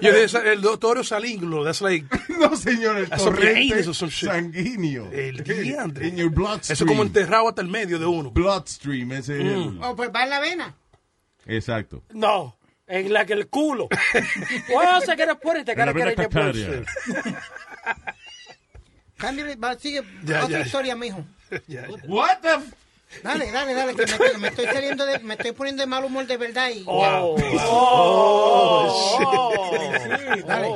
[SPEAKER 8] Yo dije, el doctor Salinglo, that's like,
[SPEAKER 7] No, señor, el
[SPEAKER 8] That's some
[SPEAKER 7] torrente
[SPEAKER 8] hiatus or some shit.
[SPEAKER 7] sanguíneo. [LAUGHS]
[SPEAKER 8] El diantre.
[SPEAKER 7] In your bloodstream.
[SPEAKER 8] eso es como enterrado hasta el Mm. medio de uno.
[SPEAKER 7] Bloodstream, ese es el-
[SPEAKER 5] O pues va en la vena.
[SPEAKER 7] Exacto.
[SPEAKER 6] No, en la que el
[SPEAKER 8] [LAUGHS]
[SPEAKER 6] culo. Why else I gotta put it? They gotta
[SPEAKER 4] la vena
[SPEAKER 6] get it in your
[SPEAKER 4] cataria.
[SPEAKER 6] bloodstream.
[SPEAKER 5] Cándale, va, sigue
[SPEAKER 8] Ya,
[SPEAKER 5] otra
[SPEAKER 8] ya.
[SPEAKER 5] historia, mijo.
[SPEAKER 8] Ya, ya.
[SPEAKER 7] What the
[SPEAKER 5] Dale, dale, dale, que me, que me estoy saliendo de, me estoy poniendo de mal humor de verdad y
[SPEAKER 6] Oh,
[SPEAKER 5] dale.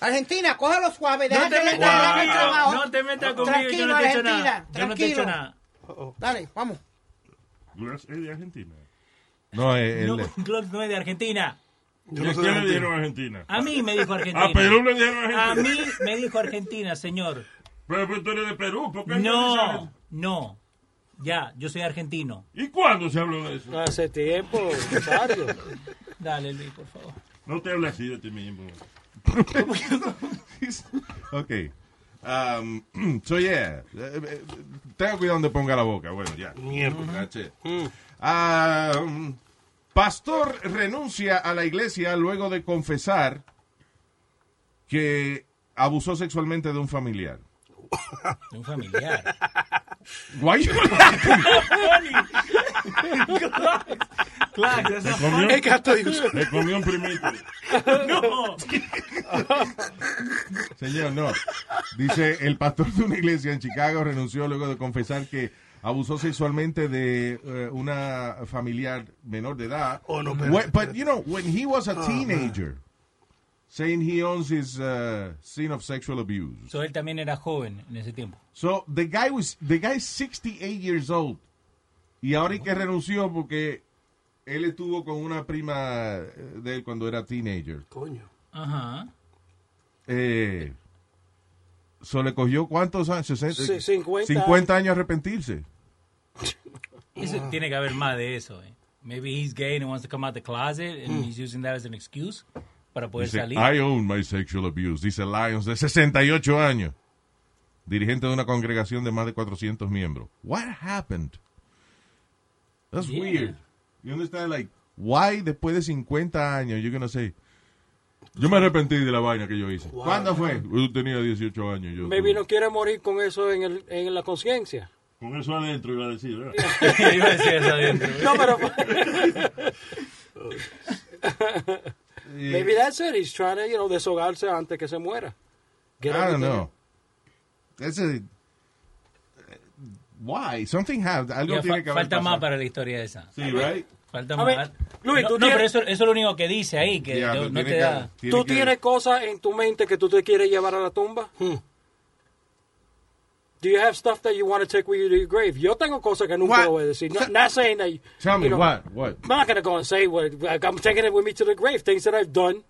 [SPEAKER 5] Argentina, cógelo suave,
[SPEAKER 9] No
[SPEAKER 5] déjate
[SPEAKER 9] te
[SPEAKER 5] la-
[SPEAKER 9] metas
[SPEAKER 5] la- la- el
[SPEAKER 9] conmigo,
[SPEAKER 5] trabajo.
[SPEAKER 9] no te metas conmigo, yo
[SPEAKER 5] Tranquilo,
[SPEAKER 9] no te he hecho
[SPEAKER 5] Argentina,
[SPEAKER 9] nada. Yo no te he hecho
[SPEAKER 5] tranquilo.
[SPEAKER 9] nada.
[SPEAKER 5] Dale, vamos.
[SPEAKER 1] Glass es de Argentina.
[SPEAKER 7] No, el,
[SPEAKER 9] No, Glock no es de Argentina.
[SPEAKER 1] ¿Y a quién le dieron Argentina?
[SPEAKER 9] A mí me dijo Argentina.
[SPEAKER 1] A Perú le dieron
[SPEAKER 9] A
[SPEAKER 1] Argentina.
[SPEAKER 9] mí me dijo Argentina, señor.
[SPEAKER 1] Pero, pero tú eres de Perú, ¿por qué dices-
[SPEAKER 9] No, no. Ya, yo soy argentino.
[SPEAKER 1] ¿Y cuándo se habló de eso?
[SPEAKER 6] hace tiempo, Rosario.
[SPEAKER 9] Dale, Luis, por favor.
[SPEAKER 1] No te hablas así de ti mismo.
[SPEAKER 7] [LAUGHS] ok. Um, [CLEARS THROAT] so, yeah. Eh, eh, Tenga cuidado donde ponga la boca. Bueno, ya. That's it.
[SPEAKER 1] Mm.
[SPEAKER 7] Ah, um, pastor renuncia a la iglesia luego de confesar que abusó sexualmente de un familiar.
[SPEAKER 9] De un familiar.
[SPEAKER 7] [LAUGHS]
[SPEAKER 1] [LAUGHS]
[SPEAKER 7] Why you-
[SPEAKER 9] Claro,
[SPEAKER 1] Le comió,
[SPEAKER 8] Es que hasta yo-
[SPEAKER 1] le comió un primito.
[SPEAKER 9] no.
[SPEAKER 7] Señor, no. Dice, el pastor de una iglesia en Chicago renunció luego de confesar que abusó sexualmente de eh, una familiar menor de edad.
[SPEAKER 8] Oh, no,
[SPEAKER 7] When-
[SPEAKER 8] espérate, Ah,
[SPEAKER 7] but, you know, when he was a teenager, saying he owns his uh, sin of sexual abuse.
[SPEAKER 9] So, él también era joven en ese tiempo.
[SPEAKER 7] So, the guy was, the guy's 68 years old. Y ahora es que renunció porque él estuvo con una prima eh, de él cuando era teenager.
[SPEAKER 8] Coño.
[SPEAKER 9] Ajá.
[SPEAKER 7] Eh, so le cogió cuántos años? 60,
[SPEAKER 6] Sí, 50
[SPEAKER 7] 50 años arrepentirse.
[SPEAKER 9] Eso
[SPEAKER 7] Ah.
[SPEAKER 9] tiene que haber más de eso. eh. Maybe he's gay and wants to come out the closet and he's using that as an excuse para poder
[SPEAKER 7] Mm. Dice,
[SPEAKER 9] salir. [LAUGHS]
[SPEAKER 7] I own my sexual abuse. Dice Lyons, de 68 años. Dirigente de una congregación de más de 400 miembros. What happened? That's
[SPEAKER 9] Yeah.
[SPEAKER 7] weird. You understand? Like, why después de 50 años you're gonna say, yo me arrepentí de la vaina que yo hice. ¿Cuándo fue? Yo tenía 18 años. Yo
[SPEAKER 6] Maybe no quiere morir con eso en, el, en la conciencia.
[SPEAKER 1] Con eso adentro iba a decir, ¿verdad?
[SPEAKER 7] [LAUGHS]
[SPEAKER 9] Iba a decir eso adentro.
[SPEAKER 6] No, pero. Maybe that's it. He's trying to, you know, deshogarse antes que se muera. Get
[SPEAKER 7] I don't
[SPEAKER 6] everything-
[SPEAKER 7] know. That's a- why? Something happened. Algo
[SPEAKER 9] Ya,
[SPEAKER 7] tiene
[SPEAKER 9] fa-
[SPEAKER 7] que haber
[SPEAKER 9] falta
[SPEAKER 7] pasado.
[SPEAKER 9] más para la historia esa.
[SPEAKER 7] Sí, right?
[SPEAKER 9] Falta
[SPEAKER 6] A ver,
[SPEAKER 9] más.
[SPEAKER 6] Luis,
[SPEAKER 9] no,
[SPEAKER 6] tú
[SPEAKER 9] no,
[SPEAKER 6] tienes-
[SPEAKER 9] pero eso, eso es lo único que dice ahí, que
[SPEAKER 7] Yeah,
[SPEAKER 9] no-
[SPEAKER 7] pero
[SPEAKER 9] no
[SPEAKER 7] tiene
[SPEAKER 9] te
[SPEAKER 7] que-
[SPEAKER 9] da...
[SPEAKER 7] tiene
[SPEAKER 6] ¿Tú
[SPEAKER 7] que-
[SPEAKER 6] tienes cosas en tu mente que tú te quieres llevar a la tumba? Hmm. Do you have stuff that you want to take with you to your grave? Yo tengo cosas que nunca
[SPEAKER 7] What?
[SPEAKER 6] lo voy a decir. No, not saying that. You,
[SPEAKER 7] Tell me
[SPEAKER 6] you know,
[SPEAKER 7] what? What?
[SPEAKER 6] I'm not gonna go and say what like, I'm taking it with me to the grave. Things that I've done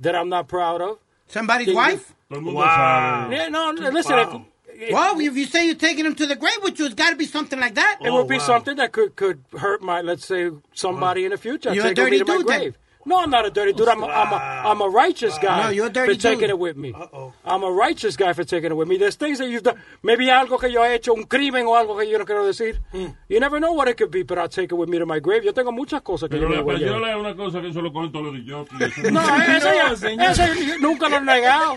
[SPEAKER 6] that I'm not proud of.
[SPEAKER 5] Somebody's
[SPEAKER 6] Ding, ding.
[SPEAKER 5] wife?
[SPEAKER 1] Todo el mundo sabe.
[SPEAKER 6] Yeah, no, listen. It, it,
[SPEAKER 5] Wow, if you say you're taking him to the grave with you, it's got to be something like
[SPEAKER 7] Oh,
[SPEAKER 5] that.
[SPEAKER 6] it would be something that could could hurt my, let's say, somebody in the future.
[SPEAKER 5] You're a
[SPEAKER 6] Take it with me
[SPEAKER 5] dirty
[SPEAKER 6] to my
[SPEAKER 5] dude then.
[SPEAKER 6] grave. No, I'm not a dirty dude. I'm a, I'm a, I'm a righteous guy
[SPEAKER 5] No, you're a dirty
[SPEAKER 6] for taking
[SPEAKER 5] dude.
[SPEAKER 6] it with me. I'm a righteous guy for taking it with me. There's things that you've done. Maybe algo que yo he hecho, un crimen o algo que yo no quiero decir.
[SPEAKER 5] Hmm.
[SPEAKER 6] You never know what it could be, but I'll take it with me to my grave. Yo tengo muchas cosas que yo
[SPEAKER 1] Pero la
[SPEAKER 6] no voy a llevar.
[SPEAKER 1] payola es una cosa que eso lo cogen todos
[SPEAKER 6] [LAUGHS]
[SPEAKER 1] los DJs.
[SPEAKER 6] No, eso,
[SPEAKER 9] No,
[SPEAKER 6] ya-
[SPEAKER 9] señor.
[SPEAKER 6] eso yo nunca lo he
[SPEAKER 1] [LAUGHS]
[SPEAKER 6] negado.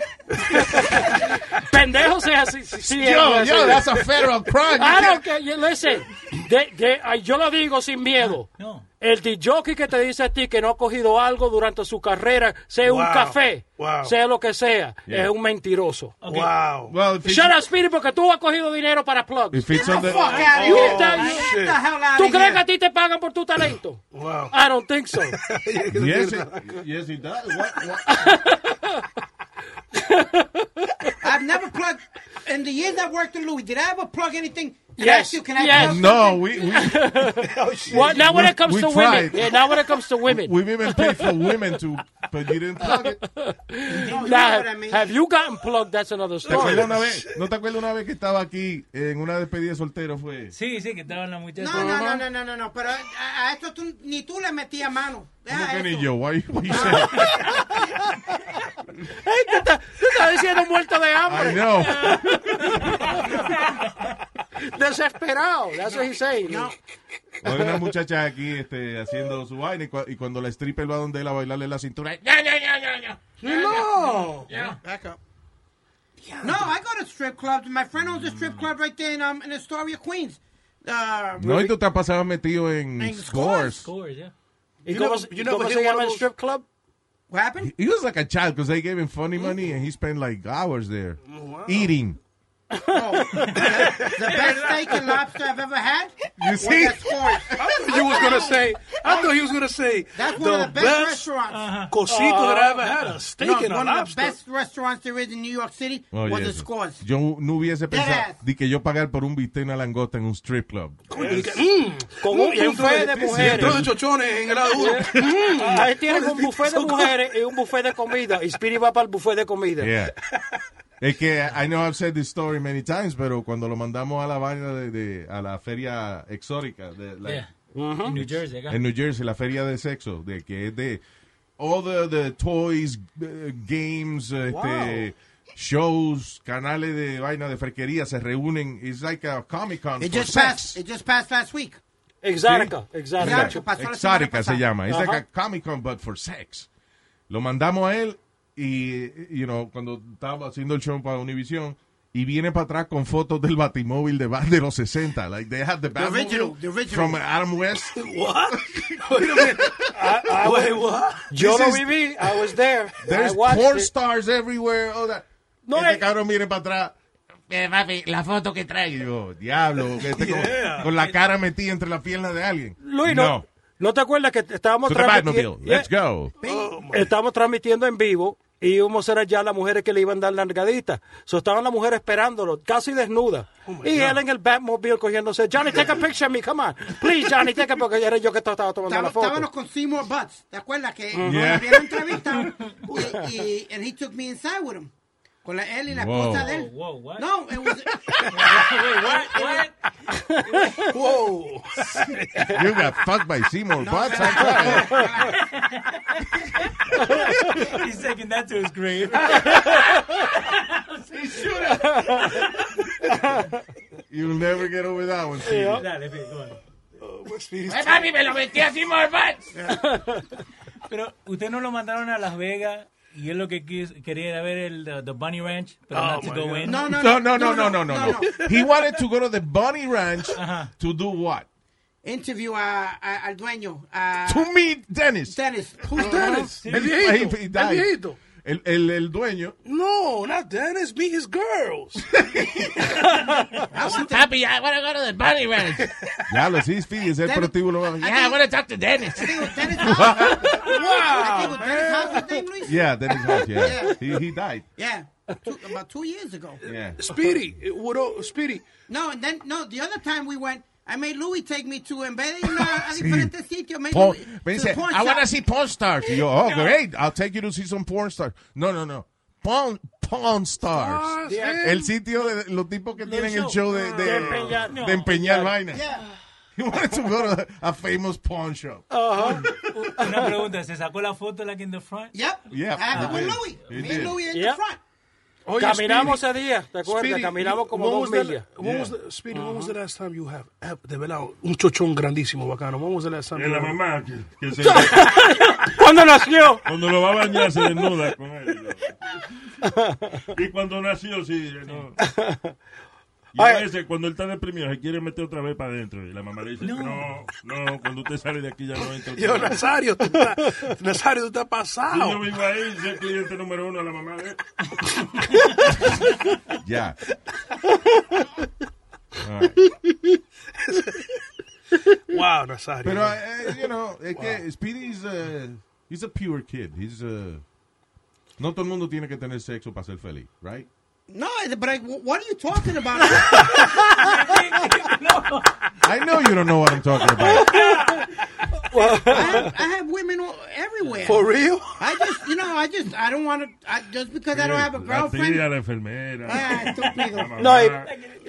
[SPEAKER 6] Pendejo sea así. Sí, sí,
[SPEAKER 7] Yo,
[SPEAKER 6] es-
[SPEAKER 7] yo, that's a federal crime.
[SPEAKER 5] Ah,
[SPEAKER 6] I don't care. You- Listen, de- de- ay, yo lo digo sin miedo.
[SPEAKER 9] No.
[SPEAKER 6] El jockey que te dice a ti que no ha cogido algo durante su carrera, sea un
[SPEAKER 8] Wow.
[SPEAKER 6] café,
[SPEAKER 8] Wow.
[SPEAKER 6] sea lo que sea,
[SPEAKER 7] Yeah.
[SPEAKER 6] es un mentiroso.
[SPEAKER 5] Oh,
[SPEAKER 8] Wow.
[SPEAKER 7] Well, if it's,
[SPEAKER 6] Shut up, Speedy, porque tú has cogido dinero para plugs.
[SPEAKER 7] if it's on the,
[SPEAKER 5] Fuck outta
[SPEAKER 6] You
[SPEAKER 5] here.
[SPEAKER 6] tell you-
[SPEAKER 7] Oh,
[SPEAKER 5] Get the hell outta
[SPEAKER 6] ¿Tú crees
[SPEAKER 5] here.
[SPEAKER 6] que a ti te pagan por tu talento? [LAUGHS]
[SPEAKER 8] Wow.
[SPEAKER 6] I don't think
[SPEAKER 7] [LAUGHS]
[SPEAKER 6] so.
[SPEAKER 7] yes, it, yes, it does. What, what?
[SPEAKER 5] I've never plugged in the years I worked in Louis. Did I ever plug anything? Did I
[SPEAKER 6] Yes.
[SPEAKER 5] ask you, can I
[SPEAKER 6] Yes.
[SPEAKER 5] plug
[SPEAKER 7] No, we, we
[SPEAKER 8] Oh,
[SPEAKER 6] Well, now when
[SPEAKER 7] We-
[SPEAKER 6] it comes
[SPEAKER 7] we
[SPEAKER 6] to women,
[SPEAKER 7] tried.
[SPEAKER 6] yeah, now when it comes to women,
[SPEAKER 7] we've even paid for women to, but you didn't plug [LAUGHS] it.
[SPEAKER 5] something? You know
[SPEAKER 6] now,
[SPEAKER 5] what I
[SPEAKER 6] have,
[SPEAKER 5] mean?
[SPEAKER 6] have you gotten plugged? That's another
[SPEAKER 7] ¿Te acuerdas
[SPEAKER 6] story.
[SPEAKER 7] una vez? ¿No te acuerdas una vez que estaba aquí en una despedida de soltero fue?
[SPEAKER 9] Sí, sí, que estaba la muchacha.
[SPEAKER 5] No, no, no, no, no, no, no. Pero a, a esto tú, ni tú le metías mano.
[SPEAKER 7] ¿Cómo
[SPEAKER 5] Deja
[SPEAKER 7] que ni
[SPEAKER 5] eso.
[SPEAKER 7] yo? Why you- you said-
[SPEAKER 6] Hey, tú estás- tú estás diciendo muerto de
[SPEAKER 7] I
[SPEAKER 6] hambre,
[SPEAKER 7] know. [LAUGHS]
[SPEAKER 6] desesperado. That's what he's saying.
[SPEAKER 7] Hay una muchacha aquí este, haciendo su vaina y, cua- y cuando la stripper va donde él a bailarle la cintura. ¡ya!
[SPEAKER 6] No.
[SPEAKER 8] Back up.
[SPEAKER 5] No, I go to strip clubs. My friend owns a strip club right there in, um, in Astoria, Queens. Uh,
[SPEAKER 7] No, y tú te has pasado metido en,
[SPEAKER 5] En
[SPEAKER 7] scores.
[SPEAKER 9] Scores, yeah.
[SPEAKER 6] ¿Y
[SPEAKER 8] You
[SPEAKER 6] cómo,
[SPEAKER 8] never- you
[SPEAKER 6] cómo
[SPEAKER 8] never
[SPEAKER 6] se
[SPEAKER 8] hit
[SPEAKER 6] llama
[SPEAKER 8] one
[SPEAKER 6] el
[SPEAKER 8] of
[SPEAKER 6] strip [LAUGHS] club?
[SPEAKER 5] what happened?
[SPEAKER 7] He was like a child because they gave him funny money and he spent like hours there eating.
[SPEAKER 5] The best steak and lobster I've ever had?
[SPEAKER 7] You [LAUGHS] see?
[SPEAKER 5] That's Scores.
[SPEAKER 8] I thought you was gonna say. I thought he was gonna say
[SPEAKER 5] That's one
[SPEAKER 8] the
[SPEAKER 5] of the best,
[SPEAKER 8] best
[SPEAKER 5] restaurants.
[SPEAKER 8] cosito that I ever had a steak
[SPEAKER 5] No,
[SPEAKER 8] and a
[SPEAKER 5] one of the
[SPEAKER 8] lobster.
[SPEAKER 5] best restaurants there is in New York City
[SPEAKER 7] Oye,
[SPEAKER 5] was the
[SPEAKER 7] eso.
[SPEAKER 5] Scores.
[SPEAKER 7] Yo no hubiese pensado
[SPEAKER 5] ass.
[SPEAKER 7] de que yo pagar por un bistec y una langosta en un strip club.
[SPEAKER 6] Con un
[SPEAKER 8] mm, Y un
[SPEAKER 6] buffet de
[SPEAKER 8] trozo- y un trozo de
[SPEAKER 6] mujeres.
[SPEAKER 8] chochones en el lado duro.
[SPEAKER 6] Mm, Ahí tienen un buffet de mujeres y un buffet de comida. Y Speedy va para el buffet de comida.
[SPEAKER 7] Yeah. es que I know I've said this story many times, pero cuando lo mandamos a la vaina de, de- a la feria exótica de, la-
[SPEAKER 9] Yeah. En New Jersey, acá.
[SPEAKER 7] en New Jersey, la feria de sexo, de que es de all the, the toys, eh, games, eh, este, shows, canales de vaina de ferquería se reúnen. It's like a Comic Con
[SPEAKER 5] It
[SPEAKER 7] for
[SPEAKER 5] just
[SPEAKER 7] sex.
[SPEAKER 5] passed. It just passed last week.
[SPEAKER 6] Exática,
[SPEAKER 7] Yeah.
[SPEAKER 5] Exacto, pasó la semana
[SPEAKER 7] Exótica se
[SPEAKER 5] pasada.
[SPEAKER 7] llama. Es
[SPEAKER 6] Ajá.
[SPEAKER 7] like a Comic Con, but for sex. Lo mandamos a él y, you know, cuando estaba haciendo el show para Univision y viene para atrás con fotos del batimóvil de, ba- de los 60. Like, they had the Batmobile
[SPEAKER 5] original, the original.
[SPEAKER 7] from Adam West.
[SPEAKER 8] [LAUGHS] What? Wait a minute. Wait, what?
[SPEAKER 6] Yo
[SPEAKER 7] This
[SPEAKER 6] lo
[SPEAKER 7] is-
[SPEAKER 6] viví. I was there. I
[SPEAKER 7] There's
[SPEAKER 6] watched
[SPEAKER 7] porn
[SPEAKER 6] it.
[SPEAKER 7] stars everywhere. all that.
[SPEAKER 6] No,
[SPEAKER 7] este
[SPEAKER 6] eh.
[SPEAKER 7] cabrón viene para atrás. Eh, papi, la foto que trae. Y yo, diablo, que este como- con la cara metida entre las piernas de alguien.
[SPEAKER 6] Luis, no. no. te acuerdas que estábamos
[SPEAKER 7] To the Batmobile.
[SPEAKER 6] transmiti-
[SPEAKER 7] Let's
[SPEAKER 6] Yeah. Oh,
[SPEAKER 7] go.
[SPEAKER 6] Estábamos transmitiendo en vivo y íbamos a ser ya las mujeres que le iban a dar largadita. So, estaban las mujeres esperándolo, casi desnudas. y él en el Batmobile cogiéndose, Johnny, take a picture of me, come on. Please, Johnny, take a porque era yo que estaba tomando
[SPEAKER 5] Estaba-
[SPEAKER 6] la foto.
[SPEAKER 5] Estábamos con Seymour Butts. ¿Te acuerdas que
[SPEAKER 7] Mm-hmm. Yeah.
[SPEAKER 5] nos habían entrevistado? y, y- and he took me inside with him. Con la, él y la
[SPEAKER 7] Wow.
[SPEAKER 5] esposa de él.
[SPEAKER 9] Whoa, whoa, Oh, what?
[SPEAKER 5] No, it was,
[SPEAKER 8] [LAUGHS]
[SPEAKER 5] [LAUGHS]
[SPEAKER 9] What?
[SPEAKER 8] Whoa.
[SPEAKER 7] You got fucked by Seymour Butts.
[SPEAKER 9] He's taking that to his grave.
[SPEAKER 7] You'll never get over that one. Steve.
[SPEAKER 9] Dale, Pete, go on.
[SPEAKER 8] Speedy's-
[SPEAKER 9] Pero usted no lo mandaron a Las Vegas y él lo que quis- quería era ver el the, the Bunny Ranch, pero
[SPEAKER 8] Oh,
[SPEAKER 9] not to
[SPEAKER 8] my
[SPEAKER 9] go
[SPEAKER 8] God.
[SPEAKER 9] in.
[SPEAKER 5] no, no,
[SPEAKER 7] No, no, no, no, no, no, no.
[SPEAKER 5] no.
[SPEAKER 7] He wanted to go to the Bunny Ranch to do what?
[SPEAKER 5] Interview a, a- al dueño, a
[SPEAKER 7] To meet Dennis.
[SPEAKER 5] Dennis. Who's
[SPEAKER 8] Dennis. El
[SPEAKER 7] He-
[SPEAKER 8] viejito.
[SPEAKER 7] he- he
[SPEAKER 8] El
[SPEAKER 7] died.
[SPEAKER 8] viejito.
[SPEAKER 7] El, el, el dueño.
[SPEAKER 8] No, not Dennis. Meet his girls.
[SPEAKER 7] Ya lo sí, sí, es el
[SPEAKER 5] Dennis.
[SPEAKER 7] prostíbulo.
[SPEAKER 6] Ah,
[SPEAKER 7] más-
[SPEAKER 5] Yeah, I want to talk to Dennis.
[SPEAKER 7] [LAUGHS]
[SPEAKER 5] I think it was Dennis House. I think it was Dennis House, I think, Luis.
[SPEAKER 7] Yeah, Dennis House, yeah.
[SPEAKER 5] Yeah.
[SPEAKER 7] He, he died.
[SPEAKER 5] Yeah, two, about two years ago.
[SPEAKER 7] Yeah.
[SPEAKER 8] Speedy. it would all- Speedy.
[SPEAKER 5] No, and then no. The other time we went, I made Louis take me to en vez de irnos a, a
[SPEAKER 7] Sí.
[SPEAKER 5] diferentes sitios. Made
[SPEAKER 7] Porn-
[SPEAKER 5] Louis,
[SPEAKER 7] me
[SPEAKER 5] to
[SPEAKER 7] dice,
[SPEAKER 5] the porn
[SPEAKER 7] I
[SPEAKER 5] shop."
[SPEAKER 7] want to see porn stars. Y yo, oh, great, I'll take you to see some porn stars. No, no, no. Porn, porn stars.
[SPEAKER 6] eh?
[SPEAKER 7] El sitio de los tipos que tienen el show de, de,
[SPEAKER 6] De empeñar, no.
[SPEAKER 7] de empeñar vaina. [LAUGHS] He wanted to go to a, a famous pawn shop.
[SPEAKER 9] Una pregunta, ¿se sacó la foto like in
[SPEAKER 5] [LAUGHS]
[SPEAKER 9] the front?
[SPEAKER 5] Yep.
[SPEAKER 7] Yeah,
[SPEAKER 5] Happened
[SPEAKER 7] he
[SPEAKER 5] with
[SPEAKER 7] did.
[SPEAKER 5] Louis.
[SPEAKER 7] He
[SPEAKER 5] me
[SPEAKER 7] did.
[SPEAKER 5] and Louis in
[SPEAKER 6] Yep.
[SPEAKER 5] the front.
[SPEAKER 8] Oye,
[SPEAKER 6] Caminamos ese
[SPEAKER 8] Speedy.
[SPEAKER 6] día, ¿te acuerdas?
[SPEAKER 8] Speedy,
[SPEAKER 6] Caminamos como
[SPEAKER 8] when
[SPEAKER 6] dos
[SPEAKER 8] was the-
[SPEAKER 6] millas. Uh-huh.
[SPEAKER 8] when was the- Speedy, when was the last time you have, have- de verdad, un chochón grandísimo, bacano? When was the last time
[SPEAKER 1] Es
[SPEAKER 8] you
[SPEAKER 1] la
[SPEAKER 8] have-
[SPEAKER 1] mamá que, que se,
[SPEAKER 6] ¿Cuándo nació?
[SPEAKER 1] cuando lo va a bañar se desnuda con él. Y cuando nació, sí. no. Y a veces cuando él está deprimido se quiere meter otra vez para adentro. Y la mamá le dice, no, no, cuando usted sale de aquí ya no entra.
[SPEAKER 8] [LAUGHS]
[SPEAKER 1] otra
[SPEAKER 8] Yo,
[SPEAKER 1] vez".
[SPEAKER 8] Nazario, tú estás- Nazario, tú estás
[SPEAKER 1] Sí, yo
[SPEAKER 8] pasado.
[SPEAKER 1] vivo ahí, soy cliente número uno a la mamá de él.
[SPEAKER 7] [LAUGHS] Ya.
[SPEAKER 8] Wow, Nazario.
[SPEAKER 7] Pero, eh, you know, es que Speedy's eh, he's a pure kid. He's eh, no todo el mundo tiene que tener sexo para ser feliz, right?
[SPEAKER 5] No, but I- what are you talking about?
[SPEAKER 7] [LAUGHS] I know you don't know what I'm talking about.
[SPEAKER 5] I have, I have women all- everywhere.
[SPEAKER 8] For real?
[SPEAKER 5] I just, you know, I just, I don't want to, I, just because I don't have a
[SPEAKER 1] La tía,
[SPEAKER 5] girlfriend.
[SPEAKER 1] la enfermera.
[SPEAKER 5] pues, Ah,
[SPEAKER 1] la
[SPEAKER 5] estúpido.
[SPEAKER 1] mamá.
[SPEAKER 6] No,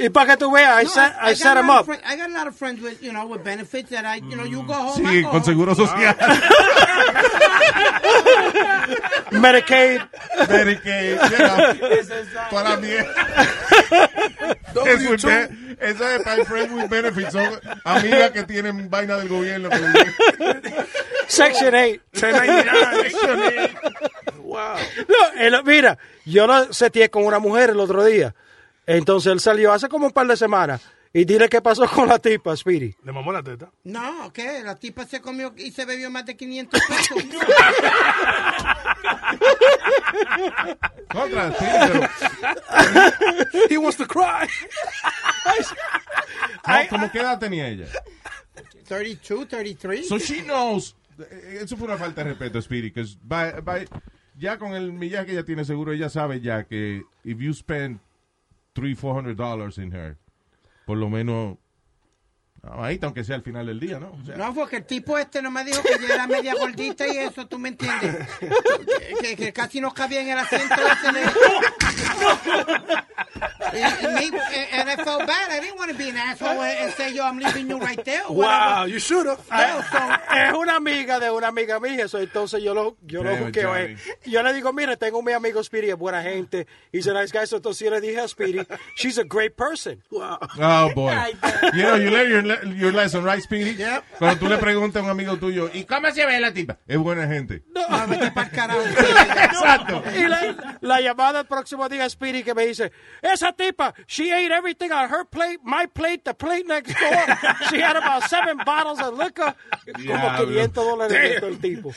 [SPEAKER 6] y, para que tú veas, I
[SPEAKER 5] No,
[SPEAKER 6] set, I
[SPEAKER 5] got
[SPEAKER 6] set
[SPEAKER 5] a
[SPEAKER 6] him
[SPEAKER 5] lot of
[SPEAKER 6] up.
[SPEAKER 5] friend- I got a lot of friends with, you know, with benefits that I, you know, you go home.
[SPEAKER 7] Mm.
[SPEAKER 5] I
[SPEAKER 7] Sí,
[SPEAKER 5] go
[SPEAKER 7] con
[SPEAKER 5] home.
[SPEAKER 7] seguro social.
[SPEAKER 6] [LAUGHS] Medicaid.
[SPEAKER 7] Medicaid, you know, toda la mierda. Es
[SPEAKER 8] W2.
[SPEAKER 7] with ben- Esa es para friends with benefits. Son amigas que tienen vaina del gobierno. que les llega.
[SPEAKER 6] Section 8. [LAUGHS]
[SPEAKER 8] 1099. wow.
[SPEAKER 6] No, él- mira, yo lo setié con una mujer el otro día. Entonces él salió hace como un par de semanas. Y dile qué pasó con la tipa, Speedy.
[SPEAKER 8] Le mamó la teta.
[SPEAKER 5] No, ¿qué? La tipa se comió y se bebió más de 500 pesos.
[SPEAKER 7] [LAUGHS] Contra, sí, pero
[SPEAKER 8] He wants to cry.
[SPEAKER 7] no, ¿cómo qué edad tenía ella?
[SPEAKER 5] 32, 33.
[SPEAKER 7] [LAUGHS] So she knows. Eh, Eso fue una falta de respeto, Speedy, because by- by- ya con el millaje que ella tiene seguro, ella sabe ya que if you spend three, four hundred dollars in her, por lo menos ahí, aunque sea al final del día, ¿no? O sea,
[SPEAKER 5] No, porque el tipo este no me dijo que yo era media gordita y eso, ¿tú me entiendes? Que, que- que casi no cabía en el asiento ese de... And, and me- eh, and I felt bad. I didn't want to be an asshole and say, yo, I'm leaving you right there.
[SPEAKER 8] Wow,
[SPEAKER 5] or whatever.
[SPEAKER 8] you should have.
[SPEAKER 5] No, so-
[SPEAKER 6] Es una amiga de una amiga mía, eso, entonces yo lo, yo lo
[SPEAKER 7] Damn it,
[SPEAKER 6] juqueo.
[SPEAKER 7] Johnny.
[SPEAKER 6] eh. Yo le digo, mira, tengo mi amigo Speedy, es buena gente, he's a nice guy, so entonces yo le dije a Speedy, she's a great person.
[SPEAKER 8] Wow.
[SPEAKER 7] Oh, boy. You know, you learn your, le- your lesson, right, Speedy? Cuando tú le preguntas a un amigo tuyo, ¿y cómo se ve la tipa? Es buena gente.
[SPEAKER 5] No, vete pa'l carajo.
[SPEAKER 7] Exacto.
[SPEAKER 6] Y la, la llamada el próximo día a Speedy que me dice, esa tipa, she ate everything on her plate, my plate, the plate next door. She had about seven bottles of liquor. Como
[SPEAKER 7] Diablo.
[SPEAKER 6] 500 dólares le gastó el tipo.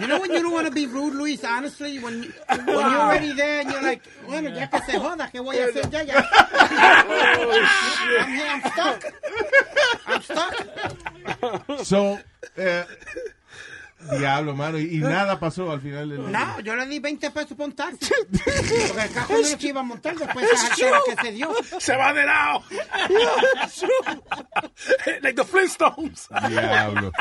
[SPEAKER 5] You know when you don't want to be rude, Luis, honestly, when, you, when you're already there and you're like, bueno, ya que se joda, ¿qué voy a hacer ya? ya. I'm here, I'm stuck. I'm stuck.
[SPEAKER 7] So, eh, diablo, mano. Y, y nada pasó al final del día.
[SPEAKER 5] No, yo le di 20 pesos por un taxi. Porque el cajón no lo que iba a montar después de esa jartera que se dio.
[SPEAKER 8] Se va de lado. [LAUGHS] like the Flintstones.
[SPEAKER 7] Diablo.